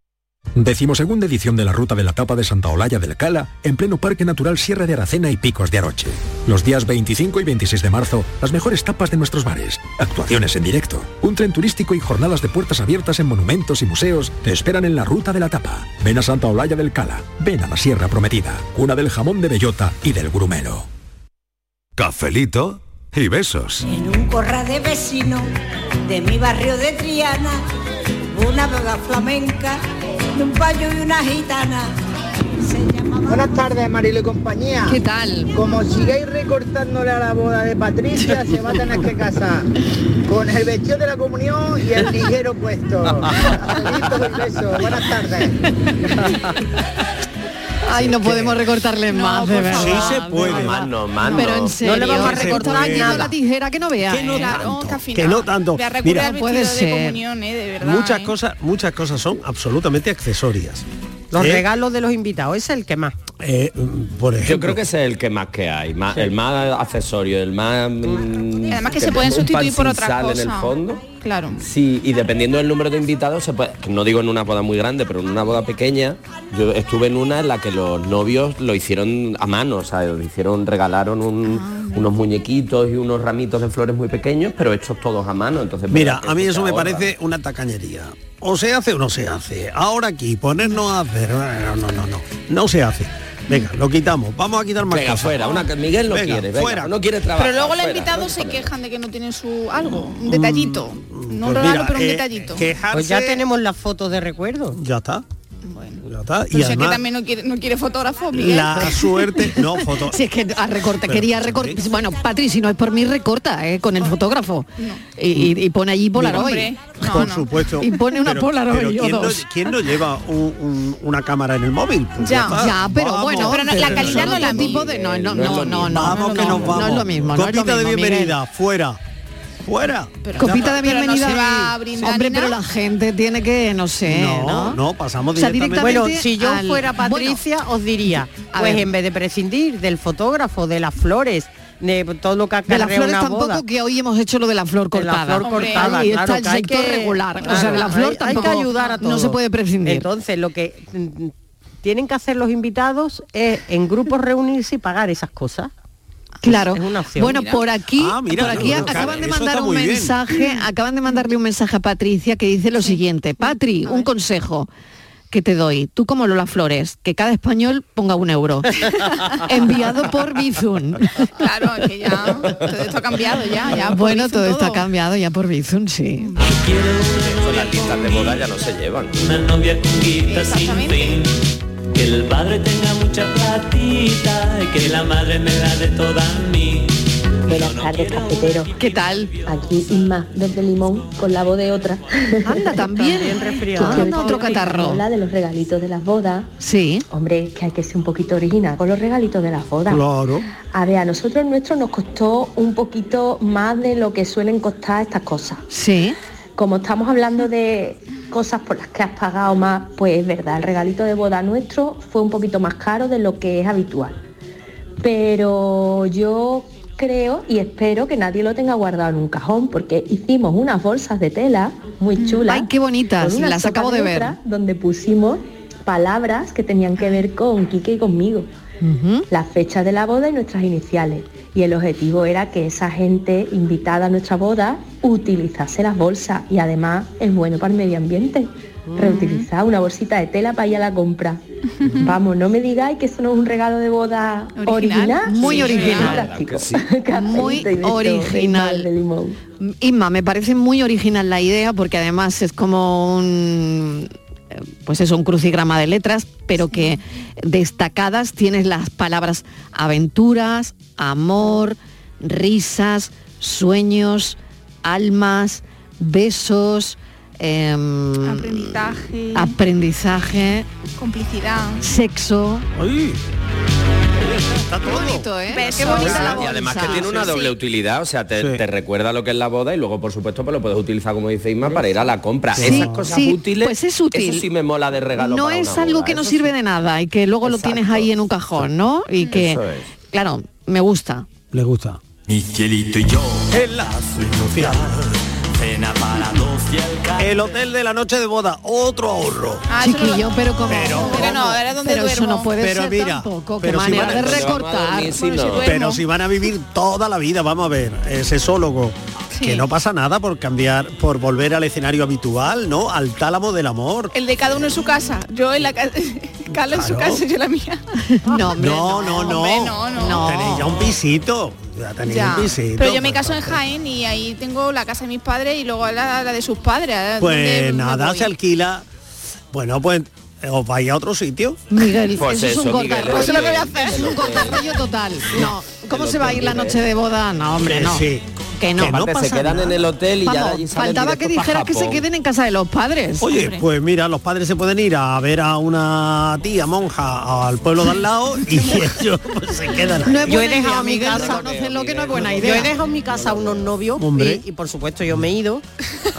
S13: Decimosegunda edición de la Ruta de la Tapa de Santa Olalla del Cala, en pleno Parque Natural Sierra de Aracena y Picos de Aroche. Los días 25 y 26 de marzo, las mejores tapas de nuestros bares, actuaciones en directo, un tren turístico y jornadas de puertas abiertas en monumentos y museos te esperan en la Ruta de la Tapa. Ven a Santa Olalla del Cala, ven a la Sierra Prometida, cuna del jamón de bellota y del grumelo.
S3: Cafelito y besos.
S14: En un corral de vecino de mi barrio de Triana, una boda flamenca de un payo y una gitana. Se llamaba...
S15: Buenas tardes, Marilo y compañía.
S4: ¿Qué tal?
S15: Como sigáis recortándole a la boda de Patricia, se va a tener que casar con el vestido de la comunión y el ligero puesto. Cafelito y besos. pues, Buenas tardes.
S4: Ay, no podemos recortarle más, de verdad.
S6: Sí se puede.
S7: Más no, más
S4: Pero en
S7: no.
S4: serio,
S6: le vamos a recortar
S4: Ay,
S6: nada.
S4: con la tijera que no vea.
S6: Que no
S4: ¿eh?
S6: tanto,
S4: Claro,
S6: que
S4: afinado.
S6: no tanto.
S4: Voy a recurrir
S6: Mira,
S4: al vestido de
S8: comunión, ¿eh? De verdad,
S6: muchas
S8: ¿eh?
S6: cosas, muchas cosas son absolutamente accesorias.
S5: Los
S6: ¿Eh?
S5: regalos de los invitados, ese es el que más.
S6: Eh, mm, por ejemplo,
S7: Yo creo que ese es el que más que hay, más- el más accesorio, el más... mm,
S8: Además que se
S7: un
S8: pueden
S7: pan
S8: sustituir por
S7: sin
S8: otra
S7: sal
S8: cosa.
S7: en el fondo.
S8: Claro.
S7: Sí, y dependiendo del número de invitados, se puede, no digo en una boda muy grande, pero en una boda pequeña, yo estuve en una en la que los novios lo hicieron a mano, o sea, lo hicieron, regalaron un-
S4: Ah,
S7: unos muñequitos y unos ramitos de flores muy pequeños, pero hechos todos a mano. Entonces,
S6: Mira,
S7: ¿verdad que
S6: a mí
S7: se
S6: eso me
S7: ahorra?
S6: parece una tacañería. O se hace o no se hace. Ahora aquí, ponernos a hacer. No, no, no, no. No se hace. Venga, lo quitamos. Vamos a quitar más
S7: Venga,
S6: cosas.
S7: fuera, una que Miguel no
S6: Venga,
S7: quiere, venga,
S6: fuera.
S7: no quiere trabajar.
S8: Pero luego los
S7: fuera,
S8: invitados
S7: ¿no?
S8: se quejan de que no tienen su algo, un detallito.
S5: Mm,
S8: No un
S6: pues
S8: regalo,
S6: mira,
S8: pero un
S6: eh,
S8: detallito.
S6: quejarse-
S5: Pues ya tenemos las fotos de recuerdo.
S6: Ya está. Ya está.
S8: Pero
S6: Y
S8: si es que
S6: además,
S8: también no quiere, no quiere fotógrafo, Miguel.
S6: la suerte. No, foto.
S4: Si es que a recorta,
S6: Pero,
S4: quería recortar. Bueno, Patri, si no es por mí, recorta eh, con el fotógrafo. Y, y- y pone allí Polaroid.
S8: Hombre,
S6: por supuesto.
S4: Y pone una
S6: Pero-
S4: Polaroid
S6: pero
S4: o
S6: ¿quién, no,
S4: dos.
S6: quién no lleva un- un- una cámara en el móvil? Pues
S4: Ya,
S6: está.
S4: ya, pero
S6: Vamos.
S4: bueno,
S8: Pero no- la calidad no es la
S4: otro tipo de no, no, no, no, no,
S6: Vamos
S4: no,
S6: que
S4: no,
S6: nos vamos.
S4: No es lo mismo. no es
S6: Copita
S4: lo
S6: de
S4: mismo, Miguel.
S6: bienvenida, fuera. Fuera.
S4: Copita de
S8: Pero no se
S4: bienvenida.
S8: va a brindar
S4: Hombre,
S8: ni
S4: pero
S8: nada.
S4: la gente tiene que, no sé,
S6: no,
S4: ¿no?
S6: no, pasamos
S4: O sea,
S6: directamente.
S4: directamente-
S5: Bueno, si yo
S4: al-
S5: fuera
S4: bueno.
S5: Patricia, os diría,
S4: A
S5: pues
S4: ver.
S5: en vez de prescindir del fotógrafo, de las flores, de todo lo que
S4: De las
S5: acarrea
S4: flores
S5: una
S4: tampoco
S5: boda.
S4: que hoy hemos hecho lo de la flor
S5: De la
S4: cortada.
S5: flor
S8: Hombre,
S5: cortada,
S4: ahí
S5: claro,
S4: está el
S5: que hay
S4: sector
S5: que-
S4: regular. O sea,
S5: claro,
S4: de la flor
S5: hay- hay,
S4: tampoco-
S5: que ayudar a
S4: no
S5: todos.
S4: se puede prescindir.
S5: Entonces, lo que mm, tienen que hacer los invitados es en grupos reunirse y pagar esas cosas.
S4: Claro.
S5: Es una opción.
S4: Bueno,
S5: Mira.
S4: por aquí,
S6: Ah, mira,
S4: por aquí
S6: no, no,
S4: acaban
S6: claro,
S4: de
S6: eso
S4: mandar
S6: está
S4: un
S6: muy bien.
S4: mensaje,
S5: Ah,
S4: acaban de mandarle un mensaje a Patricia que dice lo siguiente, Patri, un consejo que te doy, tú como Lola Flores, que cada español ponga un euro. Enviado por Bizun.
S8: Claro, es que ya todo esto ha cambiado ya. ya por
S4: bueno,
S8: Bizum
S4: todo, está cambiado ya por Bizun, sí.
S7: Eso, las listas de boda ya no se llevan.
S16: Una novia cunguita sin
S8: Exactamente.
S16: fin. Que el padre tenga mucha platita y que la madre me la dé toda a mí.
S2: Buenas tardes, cafetero.
S4: ¿Qué tal?
S2: Aquí Inma, desde Limón, con la voz de otra.
S4: Anda, también.
S2: Que
S4: Anda,
S2: hoy quiero
S4: otro catarro.
S2: Habla de los regalitos de las bodas.
S4: Sí.
S2: Hombre, es que hay que ser un poquito original con los regalitos de las bodas.
S6: Claro.
S2: A ver, a nosotros el nuestro nos costó un poquito más de lo que suelen costar estas cosas.
S4: Sí.
S2: Como estamos hablando de cosas por las que has pagado más, pues es verdad, el regalito de boda nuestro fue un poquito más caro de lo que es habitual. Pero yo creo y espero que nadie lo tenga guardado en un cajón porque hicimos unas bolsas de tela muy chulas.
S4: Mm. Ay, qué bonitas,
S2: con unas
S4: las acabo
S2: sopas
S4: de ver.
S2: letras Donde pusimos palabras que tenían que ver con Quique y conmigo la fecha de la boda y nuestras iniciales. Y el objetivo era que esa gente invitada a nuestra boda utilizase las bolsas y además es bueno para el medio ambiente.
S4: Mm.
S2: Reutilizar una bolsita de tela para ir a la compra. Vamos, no me digáis que eso no es un regalo de boda
S4: Original.
S2: original.
S4: Muy
S2: Sí,
S4: original.
S2: plástico.
S4: Muy
S2: Cafelito y beso,
S4: original.
S2: de limón.
S4: Inma, me parece muy original la idea porque además es como un eh, pues es un crucigrama de letras, pero que destacadas tienes las palabras aventuras, amor, risas, sueños, almas, besos, em,
S8: Aprendizaje,
S4: aprendizaje,
S8: complicidad.
S4: sexo.
S6: Está todo.
S4: bonito, ¿eh?
S8: Qué bonita la
S7: Y además
S8: bolsa.
S7: que tiene una
S8: Sí,
S7: doble
S8: sí.
S7: utilidad, o sea, te, te recuerda lo que es la boda y luego, por supuesto, pues lo puedes utilizar, como dice Isma, para ir a la compra.
S4: Sí.
S7: Esas cosas
S4: Sí,
S7: útiles,
S4: pues es útil.
S7: eso sí me mola de regalo
S4: no
S7: para
S4: es
S7: una
S4: algo
S7: boda,
S4: que no
S7: eso
S4: sirve de nada y que luego lo tienes ahí en un cajón, ¿no? Y que,
S7: Eso es.
S4: claro, me gusta.
S6: Le gusta.
S17: Mi cielito y yo.
S6: El lazo nupcial.
S17: Cena para dos y el
S6: El hotel de la noche de boda, otro ahorro.
S4: Chiquillo, pero como...
S6: Pero,
S8: Pero no, ahora donde
S4: Pero eso
S8: duermo.
S4: no puede
S6: Pero
S4: ser
S6: mira,
S4: tampoco. Qué
S6: pero si
S4: manera
S6: van a-
S4: de
S6: Pero
S7: van
S6: si
S7: a
S4: recortar.
S7: dormir, sí, no.
S6: Pero si van a vivir toda la vida, vamos a ver, eh, sexólogo, que no pasa nada por cambiar, por volver al escenario habitual, ¿no? Al tálamo del amor.
S8: El de cada uno en su casa. Yo en la casa. Carlos en su
S6: Claro.
S8: casa, yo en la mía.
S4: No,
S6: no, no, no.
S8: Hombre, no, no.
S6: Tenéis ya un pisito. Ya tenéis
S8: Ya.
S6: un pisito.
S8: Pero yo me caso en Jaén y ahí tengo la casa de mis padres y luego la, la de sus padres. ¿eh? ¿a dónde me
S6: Pues nada,
S8: voy?
S6: se alquila. Bueno, pues eh, os vais a otro sitio.
S4: Miguel,
S7: Pues
S4: eso, es
S7: eso,
S4: un
S7: Miguel,
S4: cortar.
S7: es
S4: Eso es lo que voy a
S7: lo que-
S4: hacer. Es un cortarrollo total. No. ¿Cómo
S7: es lo
S4: se va a
S7: que
S4: ir la
S7: quiere.
S4: noche de boda? No, hombre,
S6: Que
S4: no.
S6: Eh, sí.
S4: Que no.
S6: Que no
S7: Aparte, se
S6: pasa
S7: quedan
S6: nada.
S7: en el hotel y ya de allí salen
S4: Vamos, faltaba que
S7: directos pa'
S4: dijeras que se
S7: Japón.
S4: queden en casa de los padres.
S6: Oye,
S4: Hombre.
S6: pues mira, los padres se pueden ir a ver a una tía monja al pueblo de al lado y ellos pues, se quedan ahí.
S4: No es
S5: Yo he
S4: buena idea,
S5: dejado mi
S4: Miguel,
S5: casa.
S4: reconocerlo que no es buena
S5: Yo he
S4: idea.
S5: dejado en mi casa a unos novios
S6: Hombre.
S5: y, y, por supuesto yo me he ido.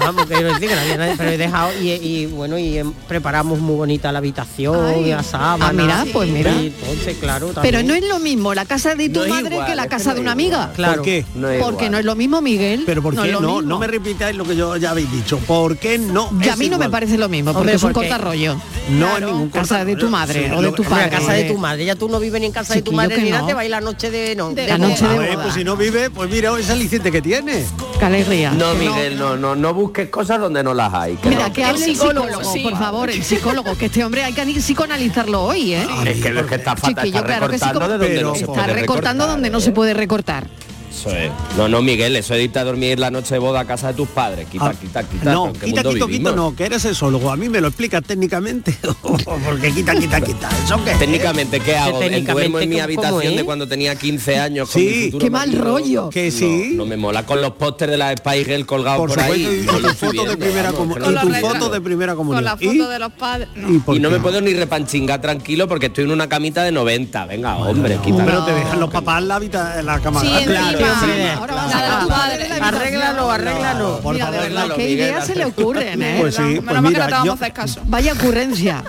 S5: Ah, porque yo les digo, nadie- nadie- pero he dejado y, y, bueno, y em, preparamos muy bonita la habitación,
S4: Ay.
S5: la sábana.
S4: Ah, mira, pues mira.
S5: Y entonces, claro, también.
S4: Pero no es lo mismo la casa de tu
S7: No es
S4: madre
S7: igual,
S4: que la
S7: es que
S4: casa
S7: no
S4: de
S7: es
S4: una
S7: igual.
S4: amiga.
S6: ¿Por qué?
S7: No es
S4: Porque
S7: igual.
S4: no es lo mismo, Miguel.
S6: Pero ¿por
S4: no
S6: qué
S4: es
S6: no?
S4: lo
S6: No,
S4: mismo.
S6: me repitáis lo que yo ya habéis dicho. ¿Por qué no?
S4: Y a
S6: es
S4: mí no me
S6: igual?
S4: parece lo mismo, porque
S5: Hombre,
S4: es un
S5: porque-
S4: cortarrollo.
S6: No, ningún
S4: Casa de tu madre
S6: Sí,
S4: o de
S6: lo-
S4: tu
S5: Hombre,
S4: padre.
S5: a casa de tu madre, ya tú no vives ni en casa de tu
S4: Chiquillo
S5: madre
S4: que
S5: ni
S4: no.
S5: nada, te va a ir la noche de no,
S8: De
S5: de
S8: la
S5: boda.
S4: noche
S6: A
S4: de
S6: ver,
S4: boda.
S6: pues si no vive, pues mira esa aliciente que tiene.
S4: Qué alegría.
S7: No,
S4: Que
S7: Miguel, no, no, no busques cosas donde no las hay. que
S4: Mira,
S7: no.
S4: que hable el psicólogo,
S8: psicólogo, sí.
S4: por favor, el psicólogo, que este hombre hay que psicoanalizarlo hoy, ¿eh?
S7: Es que es que está fatal,
S4: Chiquillo,
S7: está
S4: claro que sí,
S7: recortando de donde
S6: pero-
S7: no se
S4: Está
S7: puede
S4: recortando
S7: recortar,
S4: donde no
S7: ¿eh?
S4: se puede recortar.
S7: Eso es. No, no, Miguel, eso de irte a dormir la noche de boda a casa de tus padres. Quita,
S6: Ah,
S7: quita, quita.
S6: No,
S7: ¿en qué
S6: quita,
S7: mundo
S6: quita, quita,
S7: vivimos?
S6: no, que eres sexólogo. A mí me lo explicas técnicamente. Porque quita, quita, quita. ¿Eso qué? es?
S7: Técnicamente, ¿qué hago?
S5: técnicamente,
S7: Duermo en mi
S5: ¿cómo- cómo
S7: habitación
S5: es?
S7: de cuando tenía 15 años con
S6: ¿eh? Sí.
S7: mi futuro
S4: Qué mal
S7: marido.
S4: rollo.
S6: Que
S7: No,
S6: sí.
S7: No me mola con los pósteres de la Spice Girl colgados
S6: Por
S7: por,
S6: supuesto,
S7: ahí.
S6: y
S7: No
S6: tu
S7: lo estoy
S6: foto de
S7: viendo,
S6: primera
S7: vamos,
S6: comu-
S7: que no
S8: Con
S7: lo
S6: y
S8: los
S6: tu
S7: estoy
S8: retratos.
S6: foto
S7: viendo.
S6: de primera
S8: Con
S6: comunión.
S8: la
S6: ¿Y?
S8: foto de los padres. No.
S6: ¿Y por
S7: Y no
S6: qué?
S7: me puedo ni repanchingar tranquilo porque estoy en una camita de 90. Venga, hombre,
S6: No,
S7: quita.
S6: Pero te dejan los papás la, habita- en la cama.
S8: Sí, encima.
S6: Claro,
S5: Ah, sí, hombre,
S4: Ahora
S6: claro.
S4: vamos a
S8: Nada,
S4: tu padre.
S8: padre.
S5: Arréglalo, arréglalo.
S6: Por
S4: Mira, de
S6: favor,
S4: verdad,
S7: no,
S4: qué
S7: Miguel,
S4: ideas se le ocurren, ¿eh?
S6: Pues sí,
S8: Menos
S6: pues
S8: mal que
S6: mira,
S8: no te vamos
S6: yo-
S8: a hacer caso.
S4: Vaya ocurrencia.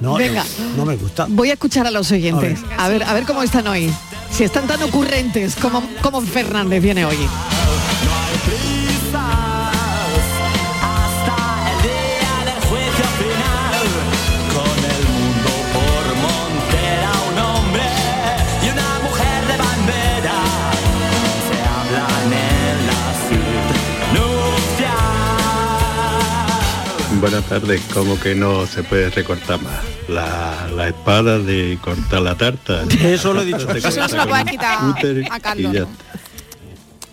S6: no,
S4: Venga.
S6: no me gusta.
S4: Voy a escuchar a los oyentes. A ver, a ver cómo están hoy. Si están tan ocurrentes como, como Fernández viene hoy.
S18: Buenas tardes, como que no se puede recortar más. La, la espada de cortar la tarta.
S6: Eso lo he dicho.
S8: Eso no se lo puedes quitar
S18: Scooter
S8: a
S18: y
S8: Carlos.
S18: ya
S8: ¿no?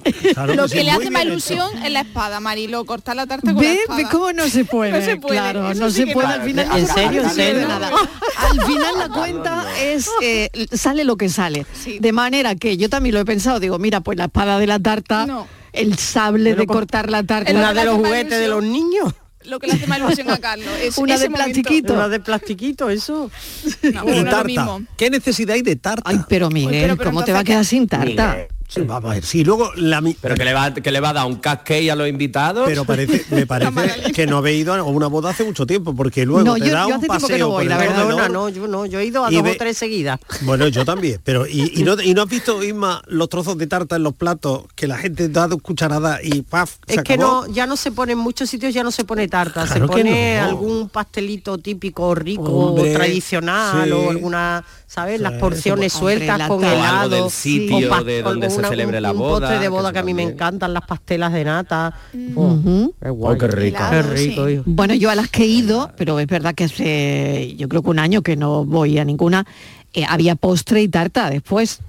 S18: está.
S6: Claro
S8: lo
S6: que sí,
S8: que le
S6: muy
S8: hace más
S6: bien
S8: ilusión es la espada, Marilo, cortar la tarta con la
S4: ¿Ves?
S8: espada.
S4: ¿Ves cómo no se puede?
S8: No se puede,
S4: Claro,
S8: eso
S4: no
S8: sí
S4: se
S8: que
S4: puede
S8: no.
S4: al final.
S5: ¿En
S4: no se
S5: serio, en
S4: puede
S5: serio?
S4: nada. Al final la cuenta es eh, sale lo que sale. De manera que yo también lo he pensado, digo, mira, pues la espada de la tarta, el sable de cortar la tarta.
S5: Una de los juguetes de los niños.
S8: Lo que le hace más ilusión a Carlos. Es
S4: Una
S8: ese
S4: de
S8: momento.
S4: plastiquito.
S5: Una de plastiquito, eso. Ah,
S8: No, pero no es lo mismo.
S6: ¿Qué necesidad hay de tarta? Ay,
S4: pero Miguel,
S6: pero- pero
S4: ¿cómo te va a
S6: entonces-
S4: quedar sin tarta?
S6: Miguel. Sí, vamos a ver. Sí, luego la mi-
S7: Pero que le va, que le va a dar un casquete a los invitados.
S6: Pero parece, me parece que no habéis ido a una boda hace mucho tiempo, porque luego te da un paseo por el
S5: Perdona,
S6: corredor.
S5: no, yo no, yo he ido a
S6: Y
S5: dos
S6: ve-
S5: o tres seguidas.
S6: Bueno, yo también, pero y, y no, y no has visto, Isma, los trozos de tarta en los platos que la gente da dos cucharadas y paf, se
S5: Es que
S6: acabó?
S5: no, ya no se pone en muchos sitios, ya no se pone tarta,
S6: Claro
S5: se
S6: que
S5: pone
S6: no.
S5: algún pastelito típico, rico,
S6: Hombre,
S5: tradicional
S7: sí.
S5: o alguna, ¿sabes? Las porciones
S7: Hombre,
S5: sueltas
S7: la
S5: con
S7: tarta. O algo
S5: helado,
S7: del sitio
S5: con pas-
S7: de donde
S5: con
S7: se celebre la
S5: un, Un
S7: boda,
S5: postre de
S7: que Mm.
S5: boda
S7: eso
S5: que a mí me
S7: también.
S5: encantan, las pastelas de nata.
S4: Ujú.
S5: Qué guay.
S7: Oh, qué rico.
S5: Qué
S7: Helado,
S5: rico, hijo.
S4: Bueno, yo a las que he ido, pero es verdad que hace, yo creo que un año que no voy a ninguna, eh, había postre y tarta después.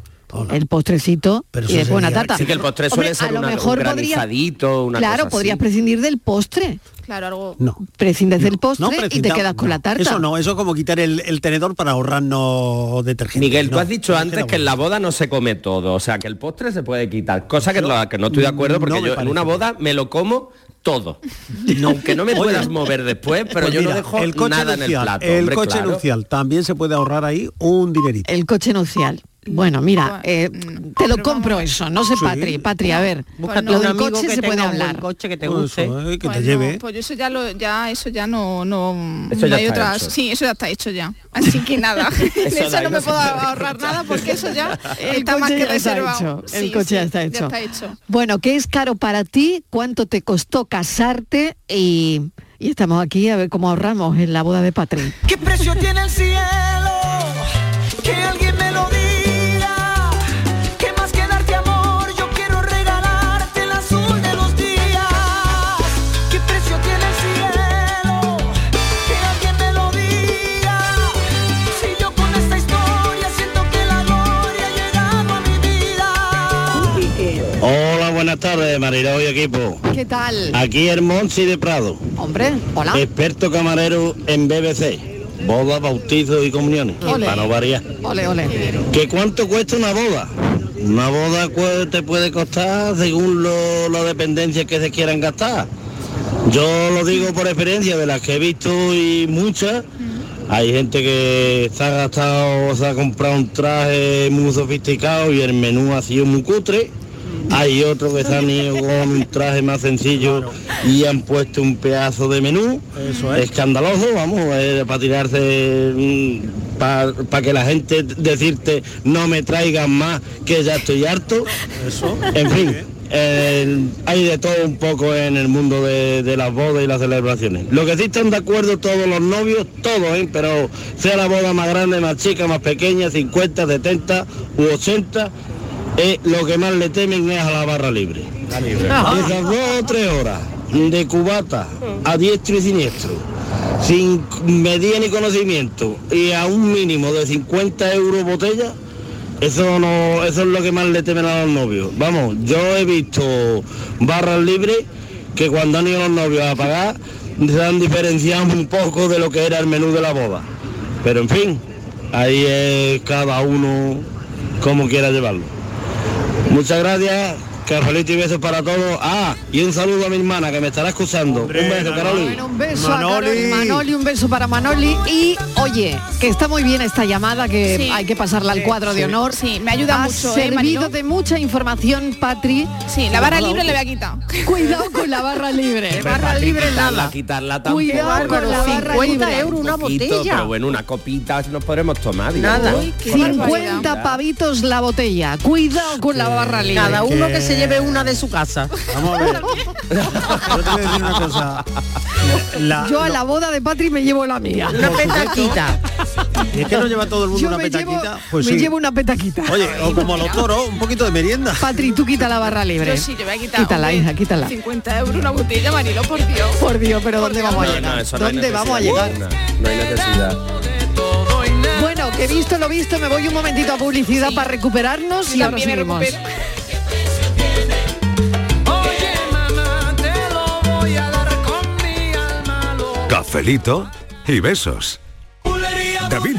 S4: El postrecito y después una tarta.
S7: Sí, que el postre suele
S4: Hombre,
S7: ser
S4: a lo
S7: una-
S4: mejor
S7: un
S4: podría-
S7: granizadito, una
S4: claro,
S7: cosa
S4: podrías
S7: así.
S4: prescindir del postre.
S8: Claro, algo.
S6: No.
S4: Prescindes del postre
S6: No,
S4: y te
S6: prescinda-
S4: quedas con la tarta.
S6: Eso no, eso es como quitar el, el tenedor para ahorrarnos detergente.
S7: Miguel, tú
S6: No,
S7: has dicho
S6: no
S7: antes
S6: queda
S7: que en la boda no se come todo, o sea, que el postre se puede quitar, cosa que, la- que no estoy de acuerdo porque
S6: no me
S7: yo en
S6: parece
S7: una boda me lo como todo. Aunque no me
S6: Oye.
S7: puedas mover después, pero
S6: Pues
S7: yo no
S6: mira,
S7: dejo
S6: el coche
S7: nada en el
S6: nupcial,
S7: plato.
S6: El
S7: hombre,
S6: coche
S7: claro.
S6: nupcial también se puede ahorrar ahí un dinerito.
S4: El coche nupcial. Bueno, mira, eh,
S5: mm,
S4: te lo compro eso, no sé,
S6: Sí.
S4: Patri, Patri, a ver,
S5: Búscate
S4: lo
S5: un
S4: del
S5: amigo
S4: coche
S5: que
S4: se puede
S5: tenga un buen
S4: hablar.
S5: coche que te
S6: Eso,
S5: guste.
S6: eh, que te
S5: Bueno,
S6: lleve.
S8: Pues yo eso ya lo, ya eso ya no, no,
S6: Eso
S8: no
S6: ya
S8: hay
S6: está
S8: otra.
S6: hecho.
S8: Sí, eso ya está hecho ya. Así que nada, de
S4: Eso
S8: eso,
S4: da,
S8: no me
S4: eso
S8: puedo
S4: está
S8: ahorrar nada porque eso ya
S4: El
S8: está más
S4: coche
S8: que
S4: ya está
S8: reservado.
S4: hecho, el coche ya está hecho.
S8: Ya está hecho.
S4: Bueno, ¿qué es caro para ti? ¿Cuánto te costó casarte? Y, y estamos aquí a ver cómo ahorramos en la boda de Patri.
S16: ¿Qué precio tiene el cielo? Que alguien me lo diga. ¿Qué más que darte amor? Yo quiero regalarte el azul de los días. ¿Qué precio tiene el cielo? Que alguien me lo diga. Si yo con esta historia siento que la gloria ha llegado a mi vida.
S1: Hola, buenas tardes, Mariló y equipo.
S4: ¿Qué tal?
S1: Aquí Hermonsi de Prado.
S4: Hombre, hola.
S1: Experto camarero en BBC. Bodas, bautizos y comuniones.
S4: Ole.
S1: Para no variar.
S4: Ole, ole.
S1: ¿Que cuánto cuesta una boda? Una boda cu- te puede costar según lo, la dependencia que se quieran gastar. Yo lo digo por experiencia de las que he visto y muchas. Hay gente que se ha gastado, se ha comprado un traje muy sofisticado y el menú ha sido muy cutre. Hay otros que se han ido con un traje más sencillo y han puesto un pedazo de menú.
S6: Eso es.
S1: Escandaloso, vamos, para tirarse, para que la gente decirte no me traigan más que ya estoy harto.
S6: Eso.
S1: En fin, el- hay de todo un poco en el mundo de, de las bodas y las celebraciones. Lo que sí están de acuerdo todos los novios, todos, ¿eh? pero sea la boda más grande, más chica, más pequeña, 50, 70 u 80, eh, lo que más le temen es a la barra libre. Esas dos o tres horas de cubata a diestro y siniestro, sin medida ni conocimiento, y a un mínimo de 50 euros botella, eso no, eso es lo que más le temen a los novios. Vamos, yo he visto barras libres que cuando han ido los novios a pagar se han diferenciado un poco de lo que era el menú de la boda. Pero en fin, ahí es cada uno como quiera llevarlo. Muchas gracias, Carolito y besos para todos. Ah, y un saludo a mi hermana que me estará escuchando. un beso, Carolina.
S4: Bueno, un beso a Carol Manoli, un beso para Manoli. Y oye, que está muy bien esta llamada, que
S8: Sí.
S4: hay que pasarla al cuadro de
S8: Sí.
S4: honor.
S8: Sí, me ayuda
S4: Ha
S8: mucho, ¿eh,
S4: Servido
S8: Mariló?
S4: de mucha información, Patri.
S8: Sí, la barra libre le voy a quitar.
S4: Cuidado con la barra libre.
S8: barra
S7: Quitarla, Quitarla tampoco.
S4: Cuidado con la barra
S5: 50
S4: libre.
S5: euros una
S7: Poquito,
S5: botella.
S7: Pero bueno, una copita nos podremos tomar. digo,
S5: Nada.
S7: ¿no?
S5: Uy, qué
S4: 50 pavitos la botella. Cuidado con la barra libre.
S5: Cada uno que se lleve una de su casa.
S6: Vamos a ver. Yo te voy a decir una cosa. La-
S4: Ah, Yo a la boda de Patri me llevo la mía.
S6: Una Por supuesto. petaquita. ¿Y es que no lleva todo el mundo
S4: Yo
S6: una
S4: me llevo-
S6: petaquita? Pues
S4: me
S6: sí.
S4: llevo una petaquita.
S6: Oye, o como a los toros, un poquito de merienda.
S4: Patri, tú quita la barra libre.
S8: Yo sí, yo voy a quitar.
S4: Quítala,
S8: hombre,
S4: hija, quítala.
S8: 50 euros una botella, Marilo, por Dios.
S4: Por Dios, pero ¿dónde vamos a
S7: No,
S4: llegar?
S7: no, eso no hay
S4: ¿Dónde vamos a
S7: necesidad
S4: llegar?
S7: alguna. No hay necesidad.
S4: Bueno, que visto lo visto, me voy un momentito a publicidad para recuperarnos y ahora
S8: también me
S4: seguimos.
S8: recupero.
S13: felito y besos. David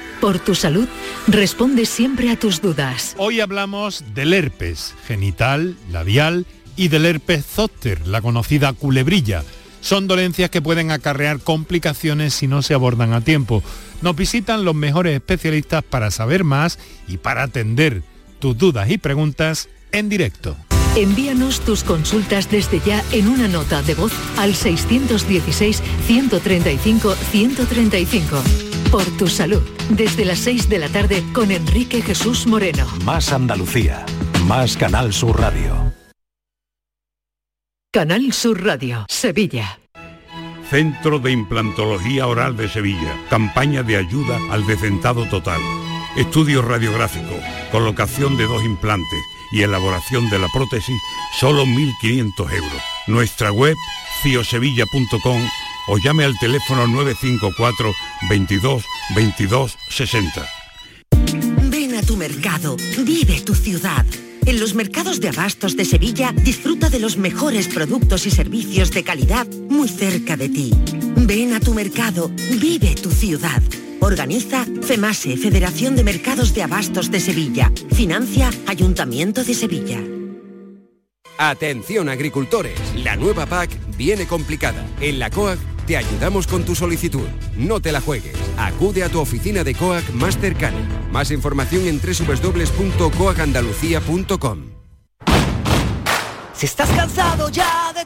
S4: por tu salud, responde siempre a tus dudas.
S19: Hoy hablamos del herpes genital, labial y del herpes zóster, la conocida culebrilla. Son dolencias que pueden acarrear complicaciones si no se abordan a tiempo. Nos visitan los mejores especialistas para saber más y para atender tus dudas y preguntas en directo.
S4: Envíanos tus consultas desde ya en una nota de voz al 616-135-135. Por tu salud, desde las 6 de la tarde con Enrique Jesús Moreno.
S13: Más Andalucía, más Canal Sur Radio.
S4: Canal Sur Radio, Sevilla.
S20: Centro de Implantología Oral de Sevilla. Campaña de ayuda al desentado total. Estudio radiográfico, colocación de dos implantes y elaboración de la prótesis, solo 1.500 euros. Nuestra web, ciosevilla.com o llame al teléfono 954 22 22 60.
S10: Ven a tu mercado, vive tu ciudad. En los mercados de abastos de Sevilla disfruta de los mejores productos y servicios de calidad muy cerca de ti. Ven a tu mercado, vive tu ciudad. Organiza FEMASE, Federación de Mercados de Abastos de Sevilla. Financia Ayuntamiento de Sevilla.
S6: Ah,
S12: Atención agricultores, la nueva PAC viene complicada. En la COAG te ayudamos con tu solicitud. No te la juegues. Acude a tu oficina de COAG más cercana. Más información en www.coagandalucía.com.
S16: Si estás cansado ya de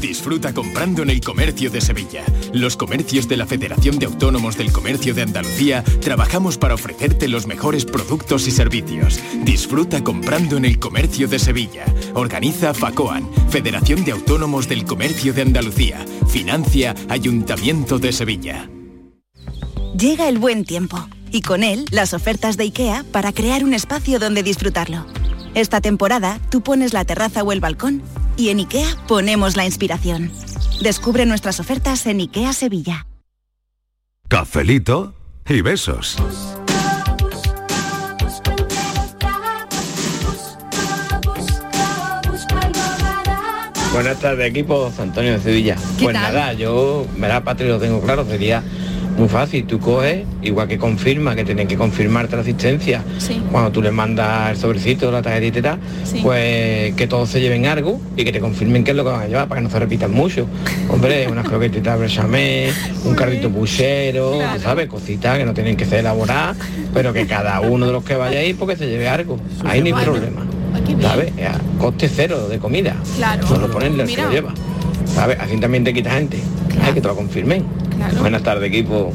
S21: Disfruta comprando en el comercio de Sevilla. Los comercios de la Federación de Autónomos del Comercio de Andalucía trabajamos para ofrecerte los mejores productos y servicios. Disfruta comprando en el comercio de Sevilla. Organiza FACOAN, Federación de Autónomos del Comercio de Andalucía. Financia Ayuntamiento de Sevilla.
S14: Llega el buen tiempo y con él las ofertas de IKEA para crear un espacio donde disfrutarlo. Esta temporada tú pones la terraza o el balcón y en IKEA ponemos la inspiración. Descubre nuestras ofertas en IKEA Sevilla.
S13: Cafelito y besos.
S22: Buenas tardes, equipo Antonio de Sevilla.
S23: ¿Qué
S22: Pues
S23: tal?
S22: nada, yo, verás, Patri, lo tengo claro, sería muy fácil. Tú coges, igual que confirma, que tienen que confirmarte la asistencia.
S16: Sí.
S22: Cuando tú les mandas el sobrecito, la tarjetita y tal,
S16: Sí.
S22: pues que todos se lleven algo y que te confirmen qué es lo que van a llevar para que no se repitan mucho. Hombre, unas croquetitas bechamel, un carrito puchero, ¿sabes? Cositas que no tienen que ser elaboradas, pero que cada uno de los que vaya ahí, porque se lleve algo. Ahí no hay problema. ¿Sabes? Eh, A coste cero de comida.
S16: Claro.
S22: Solo ponerle el que
S16: Mira.
S22: lo lleva. ¿Sabes? Así también te quita gente. Ay, que te lo confirmen. Buenas tardes, equipo.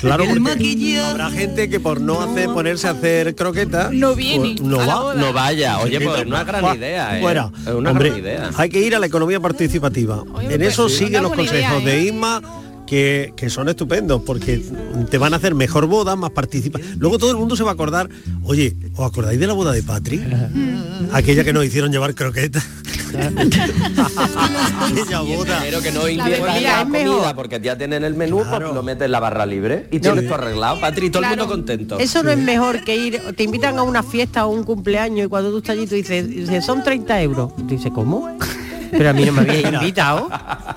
S6: Claro, porque habrá gente que por no hacer, ponerse a hacer croqueta
S24: No viene
S6: pues, no,
S24: a la
S6: va.
S24: boda.
S7: No vaya, oye, pues es una
S6: Buah,
S7: gran idea, ¿eh?
S6: fuera.
S7: Es una
S6: Hombre,
S7: gran idea.
S6: hay que ir a la economía participativa. en
S7: pues
S6: eso
S7: sí.
S6: siguen
S7: Una
S6: los
S7: buena idea,
S6: consejos de Isma. Que, que son estupendos porque te van a hacer mejor boda, más participa. Luego todo el mundo se va a acordar, oye, ¿os acordáis de la boda de Patri? Aquella que nos hicieron llevar croqueta. Aquella boda.
S7: Pero que no
S6: La
S7: inviertan la,
S6: bebida es
S7: comida
S6: mejor.
S7: porque ya tienen el menú, pues lo metes en la barra libre y tienes todo arreglado, Patri, todo el
S5: Claro.
S7: mundo contento.
S5: Eso no es mejor que ir, te invitan a una fiesta o un cumpleaños y cuando tú estás allí tú dices, dices, son 30 euros. Dice, ¿cómo? Pero a mí no me había
S6: Mira.
S5: invitado.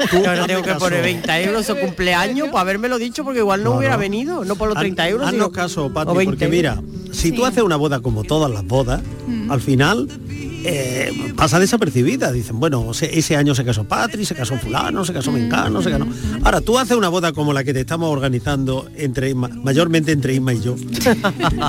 S6: Tú
S5: Yo
S6: hazme
S5: no tengo que
S6: caso.
S5: poner 20 euros o cumpleaños por hazérmelo dicho porque igual no,
S6: No,
S5: hubiera
S6: no.
S5: venido. No por los 30 euros.
S6: Haznos
S5: sino-
S6: caso,
S5: o
S6: Patri,
S5: 20
S6: porque mira, si tú haces una boda como todas las bodas,
S5: Mm.
S6: al final eh, pasa desapercibida. Dicen, bueno, se- ese año se casó Patri, se casó fulano, se
S8: Mm.
S6: casó Mengano, se casó... Ahora, tú haces una boda como la que te estamos organizando entre Isma- mayormente entre Isma y yo.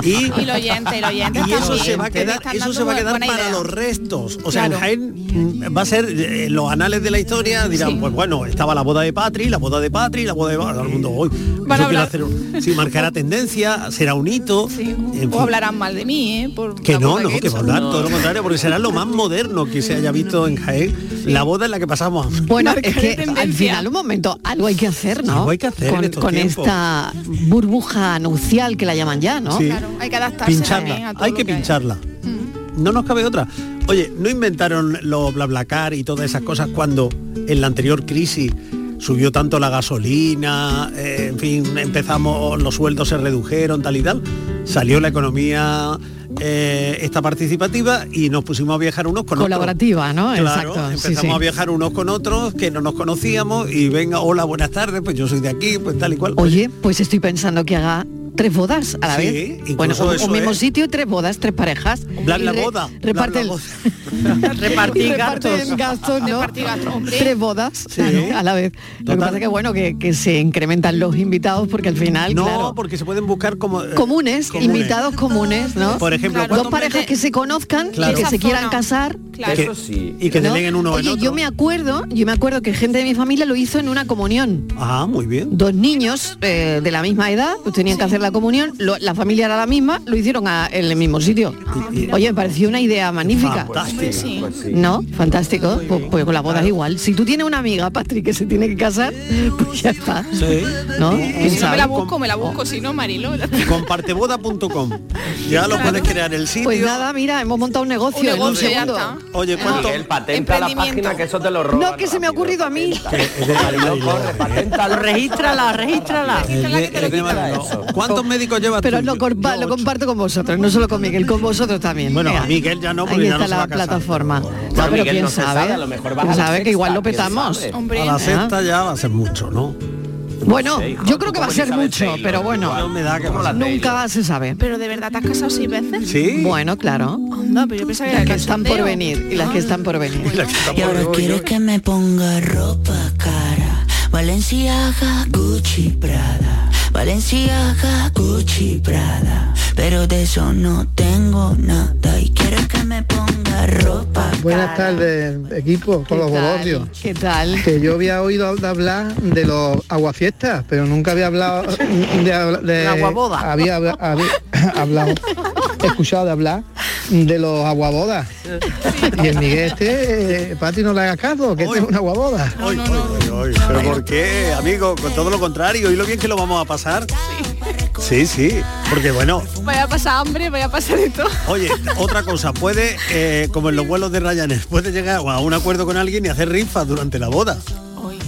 S8: Y,
S6: Y-
S8: el oyente, el oyente
S6: y eso
S8: también.
S6: se va a
S8: Ustedes
S6: quedar,
S8: están
S6: eso
S8: dando
S6: se va a quedar
S8: buena
S6: para
S8: idea.
S6: los restos. O sea,
S8: Claro.
S6: en Jaén mm, va a ser eh, los anales de la historia dirán, pues bueno, estaba la boda de Patri, la boda de Patri, la boda de todo el mundo hoy. Eso quiero hacer un- sí, marcará tendencia, será un hito. en
S8: O
S6: fin.
S8: hablarán mal de mí, ¿eh? Por
S6: Que
S8: la
S6: no,
S8: boda
S6: no,
S8: he
S6: que va a
S8: hecho.
S6: hablar todo lo contrario, porque será lo más moderno que se haya visto en Jaén, la boda en la que pasamos.
S4: Bueno, es que al final, un momento, algo hay que hacer, ¿no?
S6: Algo hay que hacer en
S4: Con,
S6: estos
S4: con
S6: tiempos.
S4: esta burbuja nupcial que la llaman ya, ¿no?
S6: Sí.
S8: Hay que adaptarse también a
S6: pincharla,
S8: todo
S6: hay
S8: lo Mm.
S6: que pincharla. No nos cabe otra. Oye, ¿no inventaron los BlaBlaCar y todas esas cosas cuando en la anterior crisis subió tanto la gasolina, eh, en fin, empezamos, los sueldos se redujeron, tal y tal? Salió la economía eh, esta participativa y nos pusimos a viajar unos con otros.
S4: Colaborativa, ¿no?
S6: Claro,
S4: Exacto. sí,
S6: empezamos
S4: sí.
S6: a viajar unos con otros que no nos conocíamos y venga, hola, buenas tardes, pues yo soy de aquí, pues tal y cual.
S4: Oye, pues estoy pensando que haga tres bodas a la
S6: Sí,
S4: vez.
S6: incluso
S4: Bueno, un, un
S6: eso
S4: mismo
S6: es.
S4: sitio, tres bodas, tres parejas.
S6: Bla,
S4: Y
S6: bla,
S4: re-
S6: boda,
S4: Reparte el-
S5: Repartir
S4: y reparten
S5: gastos.
S4: gastos, ¿no?
S5: Repartir gastos, hombre.
S4: Tres bodas claro, a la vez. Lo que pasa es que bueno, que, que se incrementan los invitados porque al final,
S6: no,
S4: claro.
S6: porque se pueden buscar como... eh,
S4: Comunes,
S6: comunes.
S4: invitados comunes, ¿no?
S6: Por ejemplo,
S4: dos
S6: ¿cuántos
S4: parejas que se conozcan,
S6: Claro.
S4: que
S6: Esa
S4: se quieran
S6: zona.
S4: casar.
S6: Claro. Que- y que deleguen uno en
S4: Oye, yo
S6: otro.
S4: me acuerdo, yo me acuerdo que gente de mi familia lo hizo en una comunión.
S6: Ah, muy bien.
S4: dos niños eh, de la misma edad, pues tenían que hacer la comunión, lo- la familia era la misma, lo hicieron a- en el mismo sitio. Oye, me pareció una idea magnífica.
S6: Fantástico. Sí. Pues sí.
S4: ¿No? Fantástico. Pues, pues con las bodas igual. Si tú tienes una amiga, Patrick, que se tiene que casar, pues ya está. ¿No?
S8: Que
S4: ¿Quién
S8: Si no me
S4: sabe?
S8: la busco, me la busco, si no, Marilo.
S6: Comparteboda.com. Ya lo puedes crear el sitio.
S4: Pues nada, mira, hemos montado un negocio,
S8: Un
S4: en un
S8: negocio, ya
S4: segundo.
S8: está.
S6: Oye, ¿cuánto?
S7: Miguel, patenta la página que eso te lo roba.
S4: No, que se me ha ocurrido a mí.
S5: Regístrala, regístrala.
S6: ¿Cuántos médicos llevas
S4: Pero lo, compa- lo comparto con vosotros, no solo con Miguel, con vosotros también.
S6: Bueno,
S4: Venga.
S6: a Miguel ya no, porque
S4: Ahí
S6: ya
S4: está
S6: no se va
S4: la
S6: a casar.
S4: plataforma.
S6: Bueno,
S4: no, pero
S6: Miguel
S4: quién
S6: no se
S4: sabe,
S6: sabe, a lo mejor va a
S4: quién
S6: la
S4: sabe que igual lo
S6: sexta, quién
S4: petamos.
S6: sabe. A la sexta ya va a ser mucho, ¿no?
S4: Bueno, yo creo que va a ser mucho, pero bueno,
S6: No me da que va a ser.
S4: nunca se sabe.
S8: Pero de verdad, ¿te has casado seis veces?
S4: Bueno, claro.
S8: Onda, pero yo pensaba que era
S4: Las
S8: Ah,
S4: que están por
S8: cachondeo.
S4: venir y las que están por venir.
S2: Y ahora quieres que me ponga ropa cara. Valenciaga, Gucci, Prada. Valenciaga, Gucci, Prada. Pero de eso no tengo nada. Y quieres que me ponga ropa
S3: Buenas tardes, equipo, con los bolordios.
S4: ¿Qué tal?
S3: Que yo había oído hab- hablar de los aguafiestas, pero nunca había hablado de... habla- de-
S5: La aguaboda.
S3: Había, habla- había hablado, escuchado de hablar de los aguabodas. Y el Miguel este, eh, Pati, no le hagas caso, que este es una aguaboda.
S6: Oye, Pero ¿por qué, amigo? Con todo lo contrario, y lo bien que lo vamos a pasar. Sí, sí, porque bueno,
S8: Vaya a pasar hambre, vaya a pasar de todo.
S6: Oye, otra cosa, puede, eh, como en los vuelos de Ryanair, puede llegar a un acuerdo con alguien y hacer rifas durante la boda.
S8: Bingo,
S6: Oye,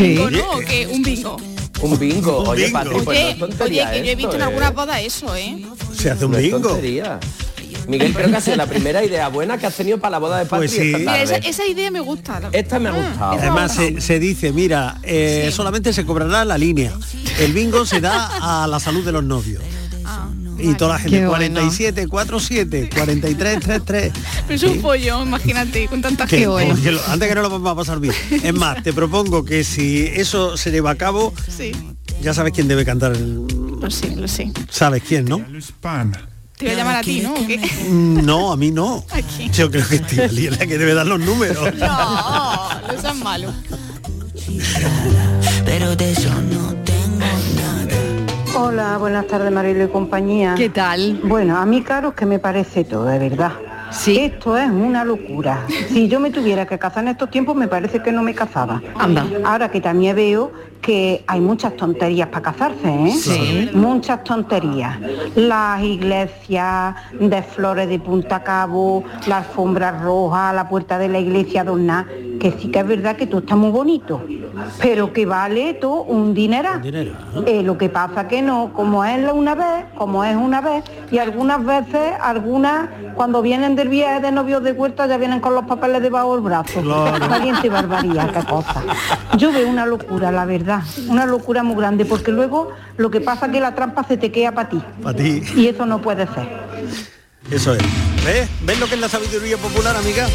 S6: eh,
S8: ¿no? ¿O qué? Un bingo.
S7: Un bingo.
S6: Un
S7: Oye,
S6: bingo.
S7: Patri, pues no es
S8: Oye,
S7: tontería
S8: oye, que yo he visto
S7: esto,
S8: en
S7: ¿eh?
S8: algunas bodas eso, ¿eh?
S6: Se hace un
S7: No es
S6: bingo.
S7: tontería. Miguel, creo que ha sido la primera idea buena que has tenido para la boda de Patri
S6: Pues sí.
S7: esta
S8: Mira,
S7: tarde.
S8: esa, esa idea me gusta. Ah,
S7: Esta me ha gustado.
S6: Además se, se dice, mira, eh, solamente se cobrará la línea. El bingo se da a la salud de los novios.
S8: Ah,
S6: y toda la gente,
S3: Qué bueno.
S6: 47, 47, 43, 33.
S8: Pero es un pollo, imagínate, con
S3: Ah,
S8: tanta
S6: Que-
S8: gente.
S6: que lo- antes que no lo vamos a pasar bien. Es más, te propongo que si eso se lleva a cabo,
S8: Sí,
S6: ya sabes quién debe cantar el...
S8: lo sé, lo sé.
S6: ¿Sabes quién, no?
S8: Te voy a llamar a ti, ¿no? ¿O qué?
S6: Mm, No, a mí no. Yo creo que Estivali es la que debe dar los números.
S8: No, no seas malo.
S2: Pero de eso no
S14: Hola, buenas tardes Marilo y compañía. ¿Qué
S4: tal?
S14: Bueno, a mí caro es que me parece todo, de verdad. Sí. Esto es una locura. Si yo me tuviera que casar en estos tiempos, me parece que no me casaba.
S4: Anda.
S14: Ahora que también veo que hay muchas tonterías para casarse, ¿eh?
S4: Sí.
S14: Muchas tonterías. Las iglesias de flores de punta cabo, la alfombra roja, la puerta de la iglesia adornada, que sí que es verdad que todo está muy bonito. pero que vale todo un dineral. Eh, lo que pasa que no, como es la una vez, como es una vez, y algunas veces, algunas, cuando vienen del viaje de novios de huerta, ya vienen con los papeles debajo del brazo.
S16: Claro.
S14: Valiente barbaría, qué cosa. Yo veo una locura, la verdad, una locura muy grande, porque luego lo que pasa que la trampa se te queda para ti.
S6: Para ti.
S14: Y eso no puede ser.
S6: Eso es. ¿Ves? ¿Ves lo que es la sabiduría popular, amiga?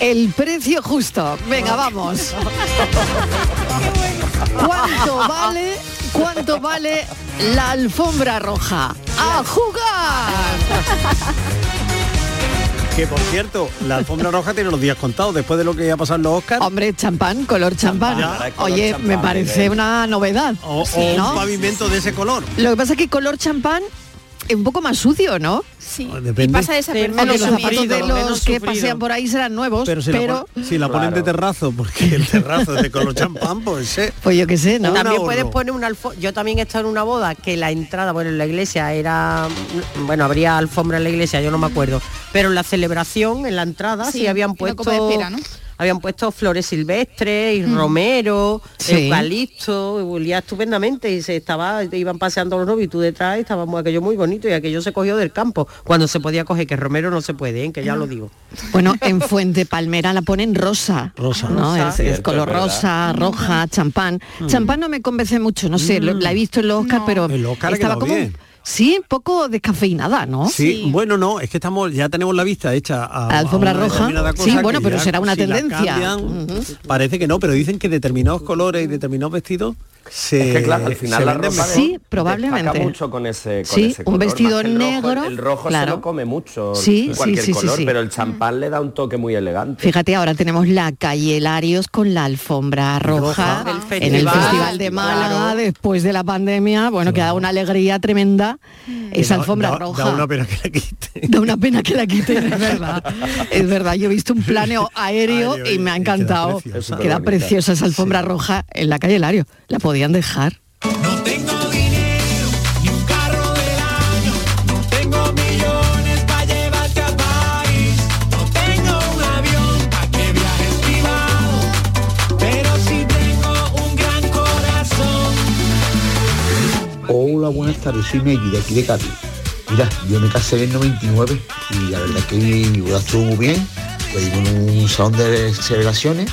S4: El precio justo. Venga, vamos. ¿Cuánto vale? ¿Cuánto vale la alfombra roja? ¡A jugar!
S6: Que por cierto, la alfombra roja tiene los días contados después de lo que ya pasado en los Oscars.
S4: Hombre, champán, color champán.
S6: Ya.
S4: Oye,
S6: Color
S4: me
S6: champán,
S4: parece
S6: eh.
S4: una novedad.
S6: O, o
S4: Sí,
S6: un
S4: ¿no?
S6: pavimento de ese color.
S4: Lo que pasa es que color champán es un poco más sucio, ¿no?
S8: Sí.
S6: Depende. Y pasa desapercibido.
S4: Aunque los
S6: Menos
S4: zapatos de
S6: sufrido,
S4: los
S6: menos
S4: que
S6: sufrido.
S4: pasean por ahí serán nuevos,
S6: Pero
S4: pero,
S6: si la, pon- si la ponen de terrazo, porque el terrazo es de color champán, pues eh,
S4: pues yo qué sé,
S6: ¿no? Un
S5: También
S6: ahorro.
S5: puedes poner una alfombra. Yo también he estado en una boda que la entrada, bueno, en la iglesia era, bueno, habría alfombra en la iglesia, yo no me acuerdo, pero en la celebración, en la entrada, sí,
S8: Sí,
S5: habían
S8: una
S5: puesto,
S8: copa de espera, ¿no?
S5: habían puesto flores silvestres y romero,
S4: Mm. Sí.
S5: eucalipto, y olía estupendamente y se estaba, iban paseando los novios y tú detrás, y estaba muy- aquello muy bonito y aquello se cogió del campo cuando se podía coger, que romero no se puede, ¿eh? que ya lo digo.
S4: Bueno, en Fuente Palmera la ponen rosa.
S5: Rosa.
S4: ¿no? Mm.
S5: Rosa.
S4: Es, es
S5: Cierto,
S4: color
S5: es verdad.
S4: rosa, roja, champán. Champán no me convence mucho, no sé, lo- la he visto en los Oscar, pero
S6: El Oscar ha
S4: estaba
S6: quedado
S4: como
S6: bien.
S4: sí, un poco descafeinada, ¿no?
S6: Sí, bueno, no, es que estamos, ya tenemos la vista hecha a,
S4: La alfombra
S6: a una
S4: roja.
S6: determinada
S4: Sí,
S6: que
S4: bueno, pero
S6: ya
S4: será una
S6: si la
S4: tendencia.
S6: cambian, parece que no, pero dicen que determinados colores y determinados vestidos se
S7: Es que claro, al final
S6: se
S7: la
S6: venden
S7: ropa
S6: mejor.
S4: Sí, probablemente.
S7: destaca mucho con ese, con
S4: Sí,
S7: ese
S4: un
S7: color,
S4: vestido
S7: más que el rojo.
S4: negro,
S7: El rojo se
S4: claro.
S7: lo come mucho,
S4: Sí, sí,
S7: cualquier
S4: sí, sí,
S7: color,
S4: sí.
S7: pero el champán le da un toque muy elegante.
S4: Fíjate, ahora tenemos la calle Larios con la alfombra roja,
S7: Roja.
S4: en el Festival de Málaga después de la pandemia. Bueno, que da una alegría tremenda esa
S6: Da-
S4: alfombra
S6: da-
S4: roja.
S6: Da una pena que la quiten.
S4: Da una pena que la quiten, es verdad. Es verdad, yo he visto un planeo aéreo y me ha encantado.
S16: preciosa.
S4: Queda preciosa,
S16: Superbonita.
S4: esa alfombra roja en la calle Lario. La podían dejar.
S16: Tengo millones para llevarte a París. No tengo un avión para que viajes privado. Pero sí tengo un gran corazón.
S15: Oh, Hola, buenas tardes, soy Meggy de aquí de Cádiz. Mira, yo me casé en el 99 y la verdad que mi mi boda estuvo muy bien. Pedimos un salón de celebraciones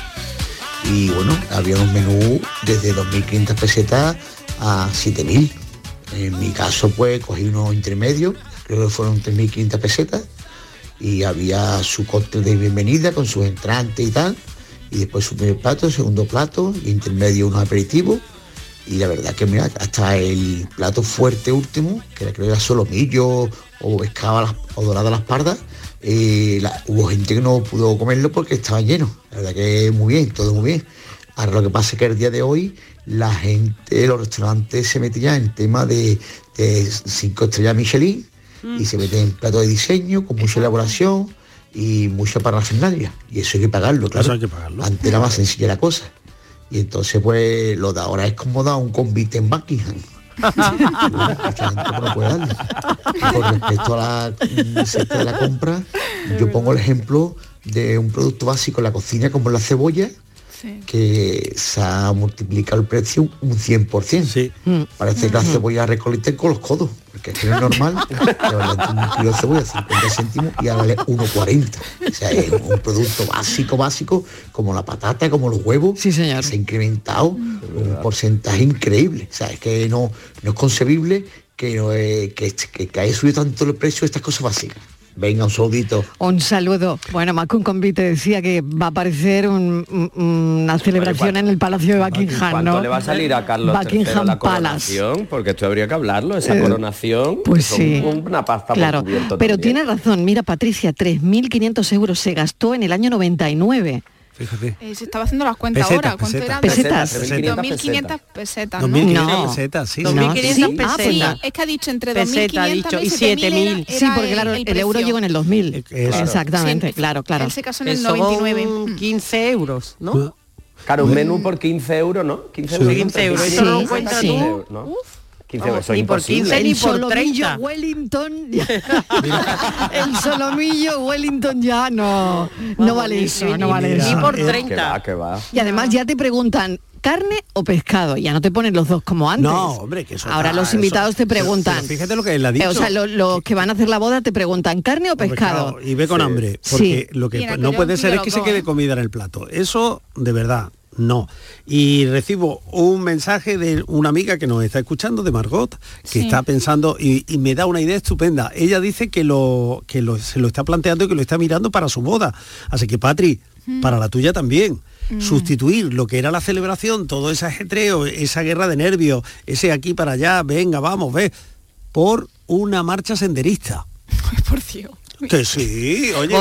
S15: y bueno, había un menú desde 2.500 pesetas a 7.000. En mi caso pues cogí unos intermedios, creo que fueron 3.500 pesetas y había su cóctel de bienvenida con sus entrantes y tal. Y después su primer plato, segundo plato, intermedio unos aperitivos y la verdad que mira, hasta el plato fuerte último, que era- creo que era solomillo o pescaba las- o dorada las pardas, eh, la- hubo gente que no pudo comerlo porque estaba lleno. La verdad que muy bien, todo muy bien. Ahora lo que pasa es que el día de hoy la gente, los restaurantes se metían en tema de, de cinco estrellas Michelin y se meten en platos de diseño con mucha elaboración y mucha parafernalia. Y eso hay que pagarlo, claro.
S6: Eso hay que
S15: pagarlo. Antes era más sencilla la cosa. Y entonces pues lo de ahora es como dar un convite en Buckingham.
S16: Ah.
S15: Mucha gente no puede darle. Con respecto a la mm, cesta de la compra, yo pongo el ejemplo de un producto básico en la cocina como la cebolla, que se ha multiplicado el precio un 100%. Parece que la cebolla recolecten con los codos, porque es que no es normal. que valen un kilo de cebolla 50 céntimos y ahora vale 1,40. O sea, es un producto básico, básico, como la patata, como los huevos. Se ha incrementado un porcentaje increíble. O sea, es que no, no es concebible que, no, eh, que, que, que haya subido tanto el precio de estas cosas básicas. Venga, un saludito.
S4: Un saludo. Bueno, más que un convite decía que va a aparecer un- un- una celebración en el Palacio de Buckingham,
S7: ¿Cuánto
S4: ¿no?
S7: le va a salir a Carlos
S4: Buckingham
S7: III la
S4: Palace.
S7: coronación? Porque esto habría que hablarlo, esa
S4: Eh,
S7: coronación.
S4: pues
S7: son
S4: sí.
S7: Una pasta
S4: Claro,
S7: por cubierto
S4: pero
S7: también.
S4: tiene razón. Mira, Patricia, 3.500 euros se gastó en el año 99.
S6: Fíjate.
S8: Eh, se estaba haciendo las cuentas
S4: Pesetas,
S8: ahora. ¿Cuánto
S4: pesetas.
S8: eran?
S4: Pesetas. Pesetas.
S8: 2.500 pesetas, ¿no?
S6: 2.500 pesetas, sí, sí.
S8: 2.500
S6: Sí.
S8: pesetas.
S6: Ah, pues
S8: Sí,
S6: nada.
S8: es que ha dicho entre
S5: Peseta,
S8: 2.500
S5: ha dicho,
S8: y
S5: y
S8: 7.000.
S5: 7.000.
S8: era
S4: Sí, porque
S8: el-
S4: claro, el,
S8: el
S4: euro
S8: precio.
S4: llegó en el 2000.
S5: claro.
S4: Exactamente,
S5: Sí.
S4: claro, claro.
S8: Él se casó
S5: Que son 15 euros, ¿no?
S7: Claro, un menú por 15 euros, ¿no? 15 euros.
S5: 15 euros, eso no lo cuentas tú.
S18: 15
S5: Vamos,
S18: eso es
S5: ni por
S18: imposible.
S5: 15 ni
S4: el
S5: por
S4: solomillo
S5: 30.
S4: Wellington el solomillo Wellington ya no no vale eso no vale eso
S18: Que va, que va.
S4: y además ya te preguntan carne o pescado ya no te ponen los dos como antes
S6: No, hombre, que eso
S4: ahora
S6: está-
S4: los invitados
S6: eso-
S4: te
S6: pero-
S4: preguntan
S6: pero fíjate lo que él ha
S4: Eh, o
S6: dicho.
S4: sea lo- los que van a hacer la boda te preguntan carne o pescado
S6: Y ve con
S4: Sí.
S6: hambre,
S4: Sí.
S6: porque lo que
S4: Mira,
S6: no
S4: yo
S6: puede ser es
S4: pido
S6: que
S4: loco,
S6: se quede
S4: ¿eh?
S6: comida en el plato. Eso, de verdad, no. Y recibo un mensaje de una amiga que nos está escuchando, de Margot, que
S21: Sí.
S6: está pensando y, y me da una idea estupenda. Ella dice que, lo, que lo- se lo está planteando y que lo está mirando para su boda. Así que, Patri,
S21: Mm.
S6: para la tuya también.
S21: Mm.
S6: Sustituir lo que era la celebración, todo ese ajetreo, esa guerra de nervios, ese aquí para allá, venga, vamos, ve, por una marcha senderista. Que sí, oye,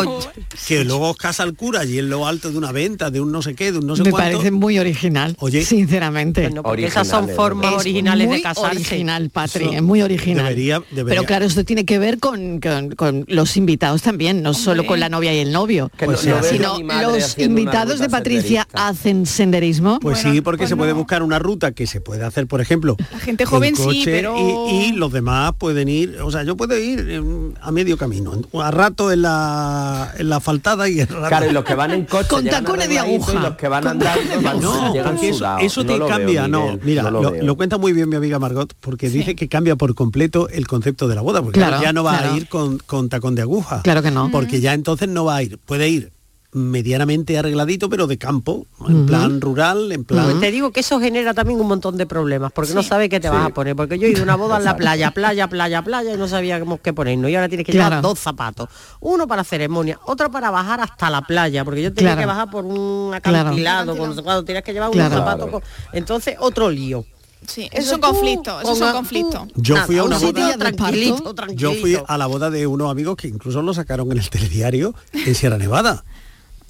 S6: que luego os casa el cura allí en lo alto de una venta, de un no sé qué, de un no sé
S4: me
S6: cuánto.
S4: parece muy original sinceramente
S6: Bueno, porque esas son Originales, formas
S4: Es
S5: originales de
S4: muy
S5: casarse.
S4: original Patri
S6: Eso
S4: es muy original
S6: debería- debería.
S4: pero claro esto tiene que ver con, con- con los invitados también no solo con la novia y el novio
S6: Que no- Pues no sí. veo a
S4: sino
S6: mi madre
S4: los
S6: haciendo una
S4: invitados
S6: ruta
S4: de Patricia
S6: senderista.
S4: hacen senderismo
S6: Pues sí, porque se puede buscar una ruta que se puede hacer, por ejemplo. La
S8: gente joven sí, pero-
S6: Y, y los demás pueden ir, o sea, yo puedo ir eh, a medio camino, a rato en la, en la asfaltada y a rato...
S7: Claro, y los que van en coche
S6: Con
S7: llegan
S6: tacones de
S7: arregladitos
S6: aguja.
S7: Y los que van
S6: Con
S7: andando van-
S6: No,
S7: llegan
S6: porque eso,
S7: sudados.
S6: eso te
S7: No lo veo,
S6: cambia, no.
S7: Miguel,
S6: Mira,
S7: no lo
S6: lo,
S7: veo.
S6: lo cuenta muy bien mi amiga Margot, porque dice que cambia por completo el concepto de la boda, porque
S4: Claro,
S6: ya no va
S4: claro.
S6: a ir con, con tacón de aguja.
S4: Claro que no.
S6: Porque ya entonces no va a ir. Puede ir medianamente arregladito, pero de campo, en
S5: Ujú.
S6: plan rural, en plan.
S5: Pues te digo que eso genera también un montón de problemas, porque no
S6: Sí.
S5: sabes qué te vas
S6: Sí.
S5: a poner, porque yo he ido a una boda en la playa, playa, playa, playa, y no sabíamos qué ponernos, y ahora tienes que llevar
S4: Claro.
S5: dos zapatos, uno para ceremonia, otro para bajar hasta la playa, porque yo tenía
S4: Claro.
S5: que bajar por un
S4: Claro.
S5: acantilado, con no sé cuánto, tenías que llevar
S4: Claro.
S5: un zapato,
S4: Claro.
S5: con- entonces otro lío.
S8: Sí, eso es un conflicto, eso es un conflicto.
S6: Yo fui a una boda-
S5: sitio tranquilito,
S6: Yo fui a la boda de unos amigos que incluso lo sacaron en el telediario en Sierra Nevada.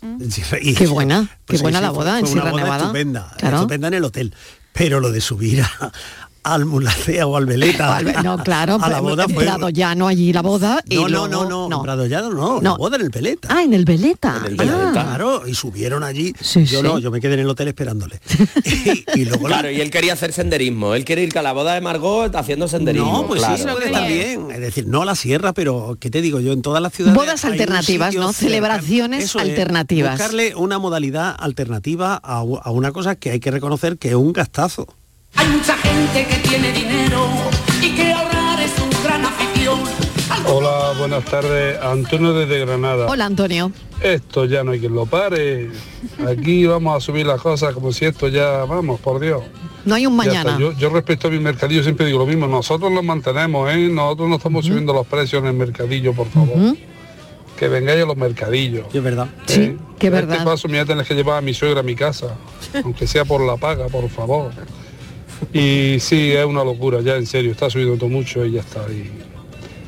S5: Mm.
S6: En Sierra- y-
S4: Qué buena,
S6: pues
S4: qué buena la
S6: fue-
S4: boda en
S6: fue una
S4: Sierra
S6: boda
S4: Nevada.
S6: Estupenda,
S4: Claro.
S6: estupenda en el hotel. Pero lo de subir a, al Mulacea o al Veleta.
S4: no claro
S6: a la boda
S4: en
S6: fue-
S4: Prado Llano allí la boda y
S6: No, no,
S4: luego-
S6: no, no, en Prado Llano no, la boda en el Veleta.
S4: ah en el Veleta
S6: El
S4: Ah.
S6: Veleta, Claro, y subieron allí.
S4: Sí,
S6: yo
S7: sí.
S6: no, yo me quedé en el hotel esperándole.
S7: Claro, y él quería hacer senderismo. Él quiere ir a la boda de Margot haciendo senderismo.
S6: No, pues
S7: claro,
S6: sí, se puede
S7: claro.
S6: también. Es decir, no a la sierra, pero ¿qué te digo yo? En todas las ciudades.
S4: Bodas
S6: hay un
S4: alternativas,
S6: sitio
S4: ¿no?
S6: cercano.
S4: Celebraciones
S6: es,
S4: alternativas.
S6: buscarle una modalidad alternativa a, u- a una cosa que hay que reconocer que es un gastazo.
S16: Hay mucha gente que tiene dinero y que ahorrar es su gran afición.
S25: Hola, buenas tardes. Antonio desde Granada.
S4: hola Antonio
S25: Esto ya no hay quien lo pare. Aquí vamos a subir las cosas como si esto ya, vamos, por Dios.
S4: no hay un
S25: Ya
S4: mañana
S25: está. Yo, yo respecto a mi mercadillo siempre digo lo mismo. Nosotros lo mantenemos, ¿eh? Nosotros no estamos subiendo los precios en el mercadillo, por favor. Que vengáis a los mercadillos.
S6: Es verdad.
S25: Sí,
S4: que es
S25: Este
S4: verdad.
S25: paso me voy a tener que llevar a mi suegra a mi casa, aunque sea por la paga, por favor. Y sí, es una locura, ya en serio, está subiendo todo mucho y ya está. Y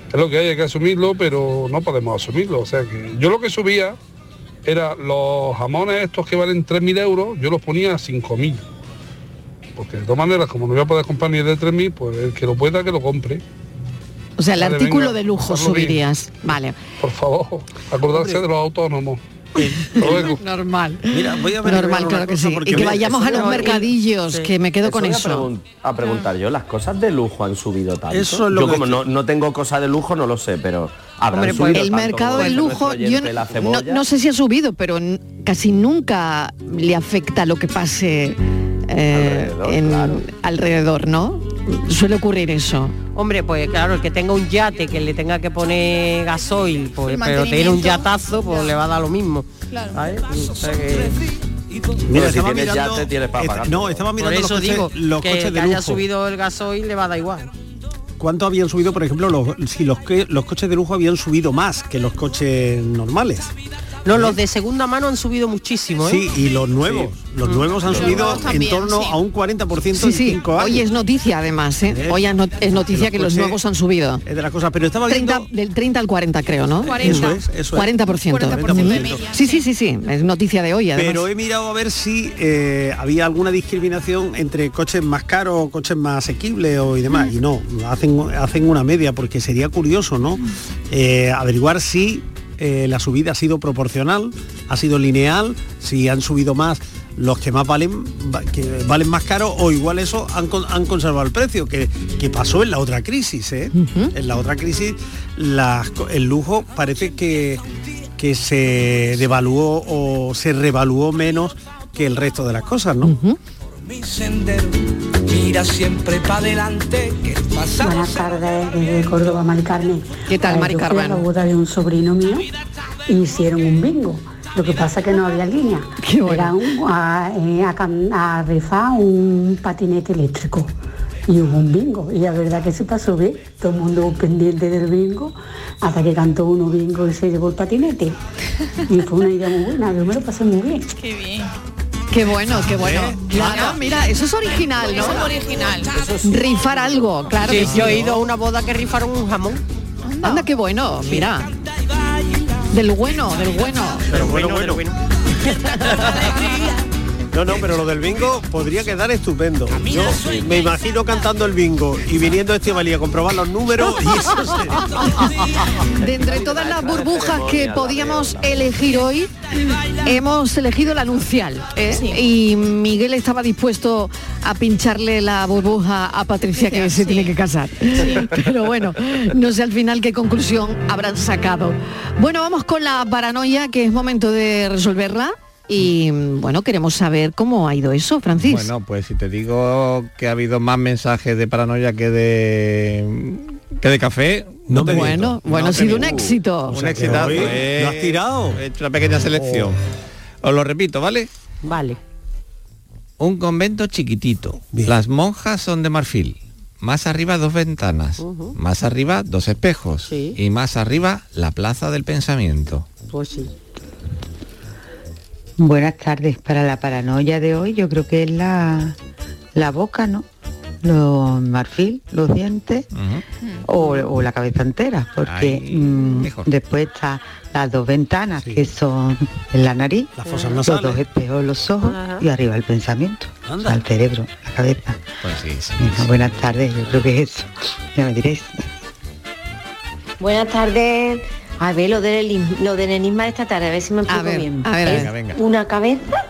S25: es lo que hay, hay que asumirlo, pero no podemos asumirlo. O sea que yo lo que subía era los jamones estos que valen 3.000 euros, yo los ponía a 5.000. Porque de todas maneras, como no voy a poder comprar ni el de 3.000, pues el que lo pueda, que lo compre.
S4: o sea el
S25: Vale,
S4: artículo
S25: venga,
S4: de lujo
S25: hazlo bien.
S4: subirías vale
S25: Por favor, acordarse de los autónomos. Luego.
S4: normal
S6: Mira, voy a averiguar
S4: normal
S6: una
S4: claro que
S6: cosa
S4: sí
S6: porque
S4: y que
S6: mira,
S4: vayamos
S6: eso
S4: a los
S6: no-
S4: mercadillos que me quedo con
S7: voy a
S4: eso
S7: pregun- A, preguntar yo, ¿las cosas de lujo han subido tanto?
S6: Eso es lo
S7: yo
S6: que
S7: como no, no tengo cosa de lujo, no lo sé, pero habrán
S4: Hombre, pues,
S7: subido
S4: el
S7: tanto
S4: mercado
S7: como
S4: del
S7: dice
S4: lujo,
S7: nuestro oyente,
S4: yo
S7: la
S4: no- no,
S7: cebolla.
S4: no sé si ha subido, pero n- casi nunca le afecta lo que pase eh, en- alrededor, ¿no? Suele ocurrir eso.
S5: Hombre, pues claro, el que tenga un yate, que le tenga que poner gasoil, pues,
S4: El
S5: pero tiene un
S4: mantenimiento.
S5: yatazo, pues le va a dar lo mismo. Pues, ¿sabes? O sea que-
S7: Pero si
S6: estaba
S7: tienes
S6: mirando-
S7: yate, tienes para
S6: esta-
S7: pagar.
S6: no, estaba
S5: Por
S6: mirando
S5: eso
S6: los coches,
S5: digo,
S6: los
S5: que,
S6: coches
S5: que
S6: de
S5: haya
S6: lujo.
S5: subido el gasoil le va a dar igual.
S6: ¿Cuánto habían subido, por ejemplo, los, si los, que, los coches de lujo habían subido más que los coches normales?
S5: No, los de segunda mano han subido muchísimo, ¿eh? Mm.
S6: Sí, y los nuevos. Los nuevos han
S5: Los
S6: subido
S5: nuevos también,
S6: en torno
S5: sí.
S6: a un 40%
S4: Sí,
S6: en
S4: sí.
S6: 5 años.
S4: Hoy es noticia además, ¿eh? Hoy es not- es noticia que los
S6: coches-
S4: nuevos han subido.
S6: Es de las cosas, pero estaba viendo...
S4: 30, del 30 al 40 creo, ¿no?
S6: 40. Eso es, eso es.
S4: 40%.
S6: 40% de
S4: Ujú.
S6: media,
S4: Sí, sí, sí, sí. Es noticia de hoy además.
S6: Pero he mirado a ver si eh, había alguna discriminación entre coches más caros o coches más asequibles o y demás. Y no, hacen, hacen una media porque sería curioso, ¿no? Eh, averiguar si eh, la subida ha sido proporcional, ha sido lineal, si han subido más los que más valen va- que valen más caro o igual eso han, con- han conservado el precio que, que pasó en la otra crisis ¿eh? en la otra crisis las co- el lujo parece que que se devaluó o se revaluó menos que el resto de las cosas no
S16: Mi sendero, mira siempre para adelante, que el pasado
S18: Buenas tardes desde Córdoba, Mari Carmen.
S4: ¿Qué tal,
S18: Eh,
S4: Mari
S18: yo fui
S4: Carmen?
S18: a la boda de un sobrino mío y hicieron un bingo. Lo que pasa que no había línea. Era un, a, eh, a cam- a rifar un patinete eléctrico. Y hubo un bingo. Y la verdad que se pasó bien. Todo el mundo pendiente del bingo. Hasta que cantó uno bingo y se llevó el patinete. Y fue una idea muy buena. Yo me lo pasé muy bien.
S8: Qué bien.
S4: Qué bueno, qué
S18: ¿eh?
S4: bueno. Claro, mira, eso es original, ¿no?
S8: Eso es original.
S4: Rifar algo, claro.
S5: Sí,
S4: que sí.
S5: yo he ido a una boda que rifaron un jamón.
S4: Anda, qué bueno, mira. Del bueno, del bueno.
S6: pero bueno bueno, No, no, pero lo del bingo podría quedar estupendo. Yo me imagino cantando el bingo y viniendo Estivalía a comprobar los números y eso
S4: De entre todas las burbujas que podíamos elegir hoy, hemos elegido la nuncial. ¿eh? Y Miguel estaba dispuesto a pincharle la burbuja a Patricia que se tiene que casar. Pero bueno, no sé al final qué conclusión habrán sacado. Bueno, vamos con la paranoia, que es momento de resolverla. Y bueno, queremos saber cómo ha ido eso, Francis.
S26: Bueno, pues si te digo que ha habido más mensajes de paranoia que de que de café, no te
S4: bueno,
S26: miento.
S4: bueno,
S26: No
S4: ha
S26: te
S4: sido un
S26: miento.
S4: éxito.
S26: Un exitazo, eh.
S6: lo has tirado. Oh.
S26: He hecho una pequeña selección. Os lo repito, ¿vale?
S5: Vale.
S26: Un convento chiquitito. Las monjas son de marfil. Más arriba dos ventanas. Más arriba dos espejos. Y más arriba la plaza del pensamiento.
S5: Pues sí.
S27: Buenas tardes. Para la paranoia de hoy, yo creo que es la, la boca, ¿no? Los marfil, los dientes
S16: Mm.
S27: o, o la cabeza entera, porque mm, después está las dos ventanas que son en la nariz, los
S6: nasales.
S27: dos espejos, los ojos
S6: Ajá.
S27: y arriba el pensamiento,
S6: Anda.
S27: o sea, el cerebro, la cabeza.
S26: Pues sí, sí.
S27: Venga, buenas tardes, yo creo que es eso. Ya me diréis.
S28: Buenas tardes. A ver, lo del, elim- lo del enigma de esta tarde, a ver si me explico
S27: ver,
S28: bien.
S27: a ver, a
S28: Es
S27: ver. Venga, venga.
S28: Una cabeza,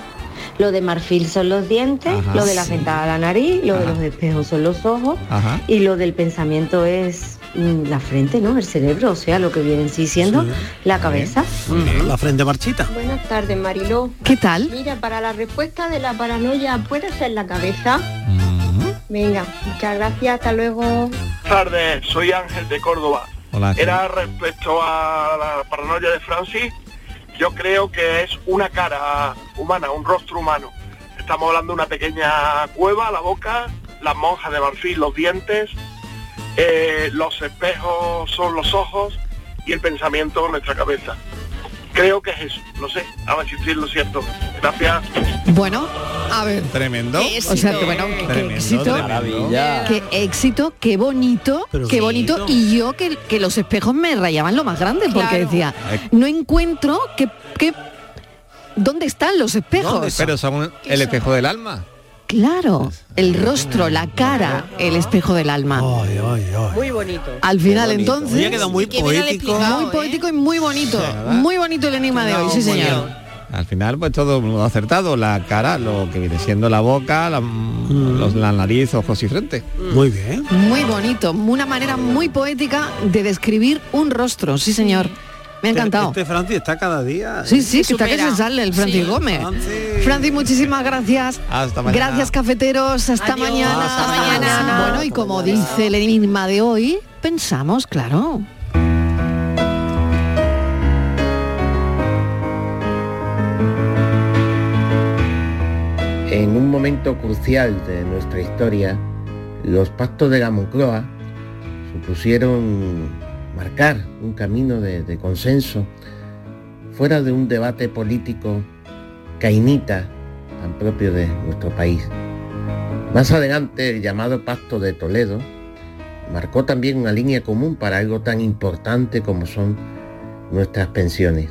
S28: lo de marfil son los dientes,
S27: Ajá,
S28: lo de la
S27: sí.
S28: ventana la nariz, lo de
S27: Ajá.
S28: los espejos son los ojos
S27: Ajá.
S28: y lo del pensamiento es mm, la frente, ¿no? El cerebro, o sea, lo que vienen sí siendo la cabeza.
S6: Mm, La frente marchita.
S9: Buenas tardes, Mariló.
S4: ¿Qué tal?
S9: Mira, para la respuesta de la paranoia, ¿puede ser la cabeza?
S4: Mm.
S9: Venga, muchas gracias, hasta luego.
S29: Buenas tardes, soy Ángel de Córdoba.
S26: Hola, Ángel.
S29: Era respecto a la paranoia de Francis, yo creo que es una cara humana, un rostro humano. Estamos hablando de una pequeña cueva, la boca, las monjas de marfil, los dientes, eh, los espejos son los ojos y el pensamiento nuestra cabeza. Creo que es eso, no sé, a ver si estoy en lo cierto. Gracias.
S4: Bueno, a ver.
S26: Tremendo.
S4: Qué éxito. O sea, que bueno,
S5: eh.
S4: qué
S26: Tremendo,
S4: éxito.
S26: tremendo.
S4: Qué éxito, qué bonito,
S26: Pero
S4: qué
S26: sí.
S4: bonito. Y yo que, que los espejos me rayaban lo más grande porque decía, no encuentro que, que- ¿dónde están los espejos?
S26: ¿Dónde está? Pero son el espejo del alma.
S4: Claro, el rostro, la cara, el espejo del alma.
S5: Muy bonito.
S4: Al final entonces.
S5: Había quedado muy Y que bien poético. explicado, ¿eh?
S4: Muy poético y muy bonito. muy bonito el enigma de hoy, sí
S26: muy
S4: señor.
S26: Al final, pues todo lo acertado, la cara, lo que viene siendo la boca, la, los- la nariz, ojos y frente.
S6: Mm. Muy bien.
S4: Muy bonito, una manera muy poética de describir un rostro, sí señor. Me ha encantado.
S6: Este Francis está cada día.
S4: Sí, sí, que está que se sale el
S6: Sí.
S4: Francis Gómez. Francis, muchísimas gracias.
S26: Hasta mañana.
S4: Gracias cafeteros, hasta
S26: Adiós.
S4: mañana.
S26: Hasta mañana.
S4: Bueno, y como dice el enigma de hoy, pensamos, claro.
S17: En un momento crucial de nuestra historia, los pactos de la Moncloa supusieron marcar un camino de, de consenso fuera de un debate político cainita tan propio de nuestro país. Más adelante, el llamado Pacto de Toledo marcó también una línea común para algo tan importante como son nuestras pensiones.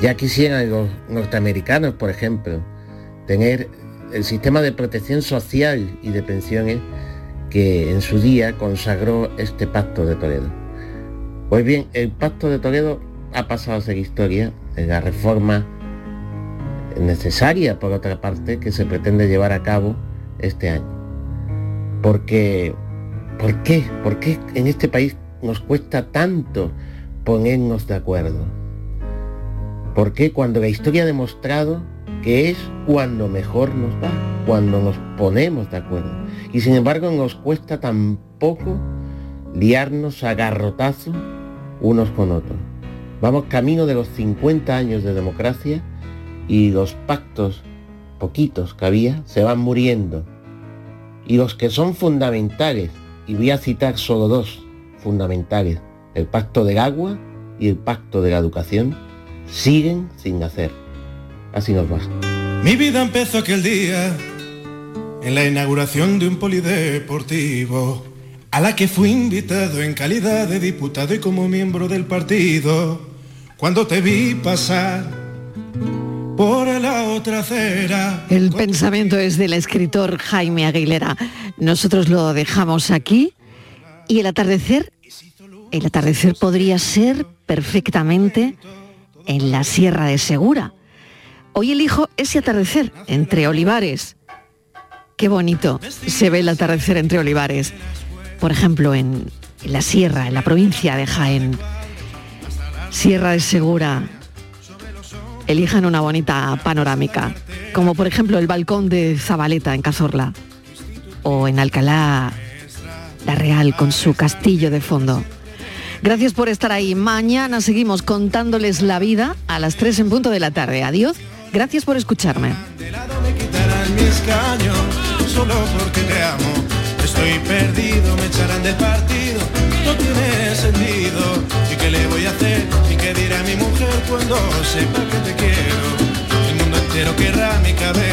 S17: Ya quisieran los norteamericanos, por ejemplo, tener el sistema de protección social y de pensiones que en su día consagró este pacto de Toledo. Pues bien, el pacto de Toledo ha pasado a ser historia en la reforma necesaria, por otra parte, que se pretende llevar a cabo este año. Porque, ¿por qué? ¿Por qué en este país nos cuesta tanto ponernos de acuerdo? ¿Por qué cuando la historia ha demostrado que es cuando mejor nos va, cuando nos ponemos de acuerdo? Y sin embargo nos cuesta tan poco liarnos a garrotazos unos con otros. Vamos camino de los 50 años de democracia y los pactos poquitos que había se van muriendo. Y los que son fundamentales, y voy a citar solo dos fundamentales, el pacto del agua y el pacto de la educación, siguen sin hacer. Así nos va.
S30: Mi vida empezó aquel día en la inauguración de un polideportivo a la que fui invitado en calidad de diputado y como miembro del partido. Cuando te vi pasar por la otra acera,
S4: El pensamiento es del escritor Jaime Aguilera. Nosotros lo dejamos aquí y el atardecer, el atardecer podría ser perfectamente en la Sierra de Segura. Hoy elijo ese atardecer entre olivares. Qué bonito se ve el atardecer entre olivares. Por ejemplo, en, en la sierra, en la provincia de Jaén. Sierra de Segura. Elijan una bonita panorámica, como por ejemplo el balcón de Zabaleta en Cazorla o en Alcalá la Real con su castillo de fondo. Gracias por estar ahí. Mañana seguimos contándoles la vida a las 3 en punto de la tarde. Adiós. Gracias por escucharme.
S30: en mi escaño, solo porque te amo. Estoy perdido, me echarán del partido, no tiene sentido. ¿Y qué le voy a hacer? ¿Y qué dirá mi mujer cuando sepa que te quiero? El mundo entero querrá mi cabeza.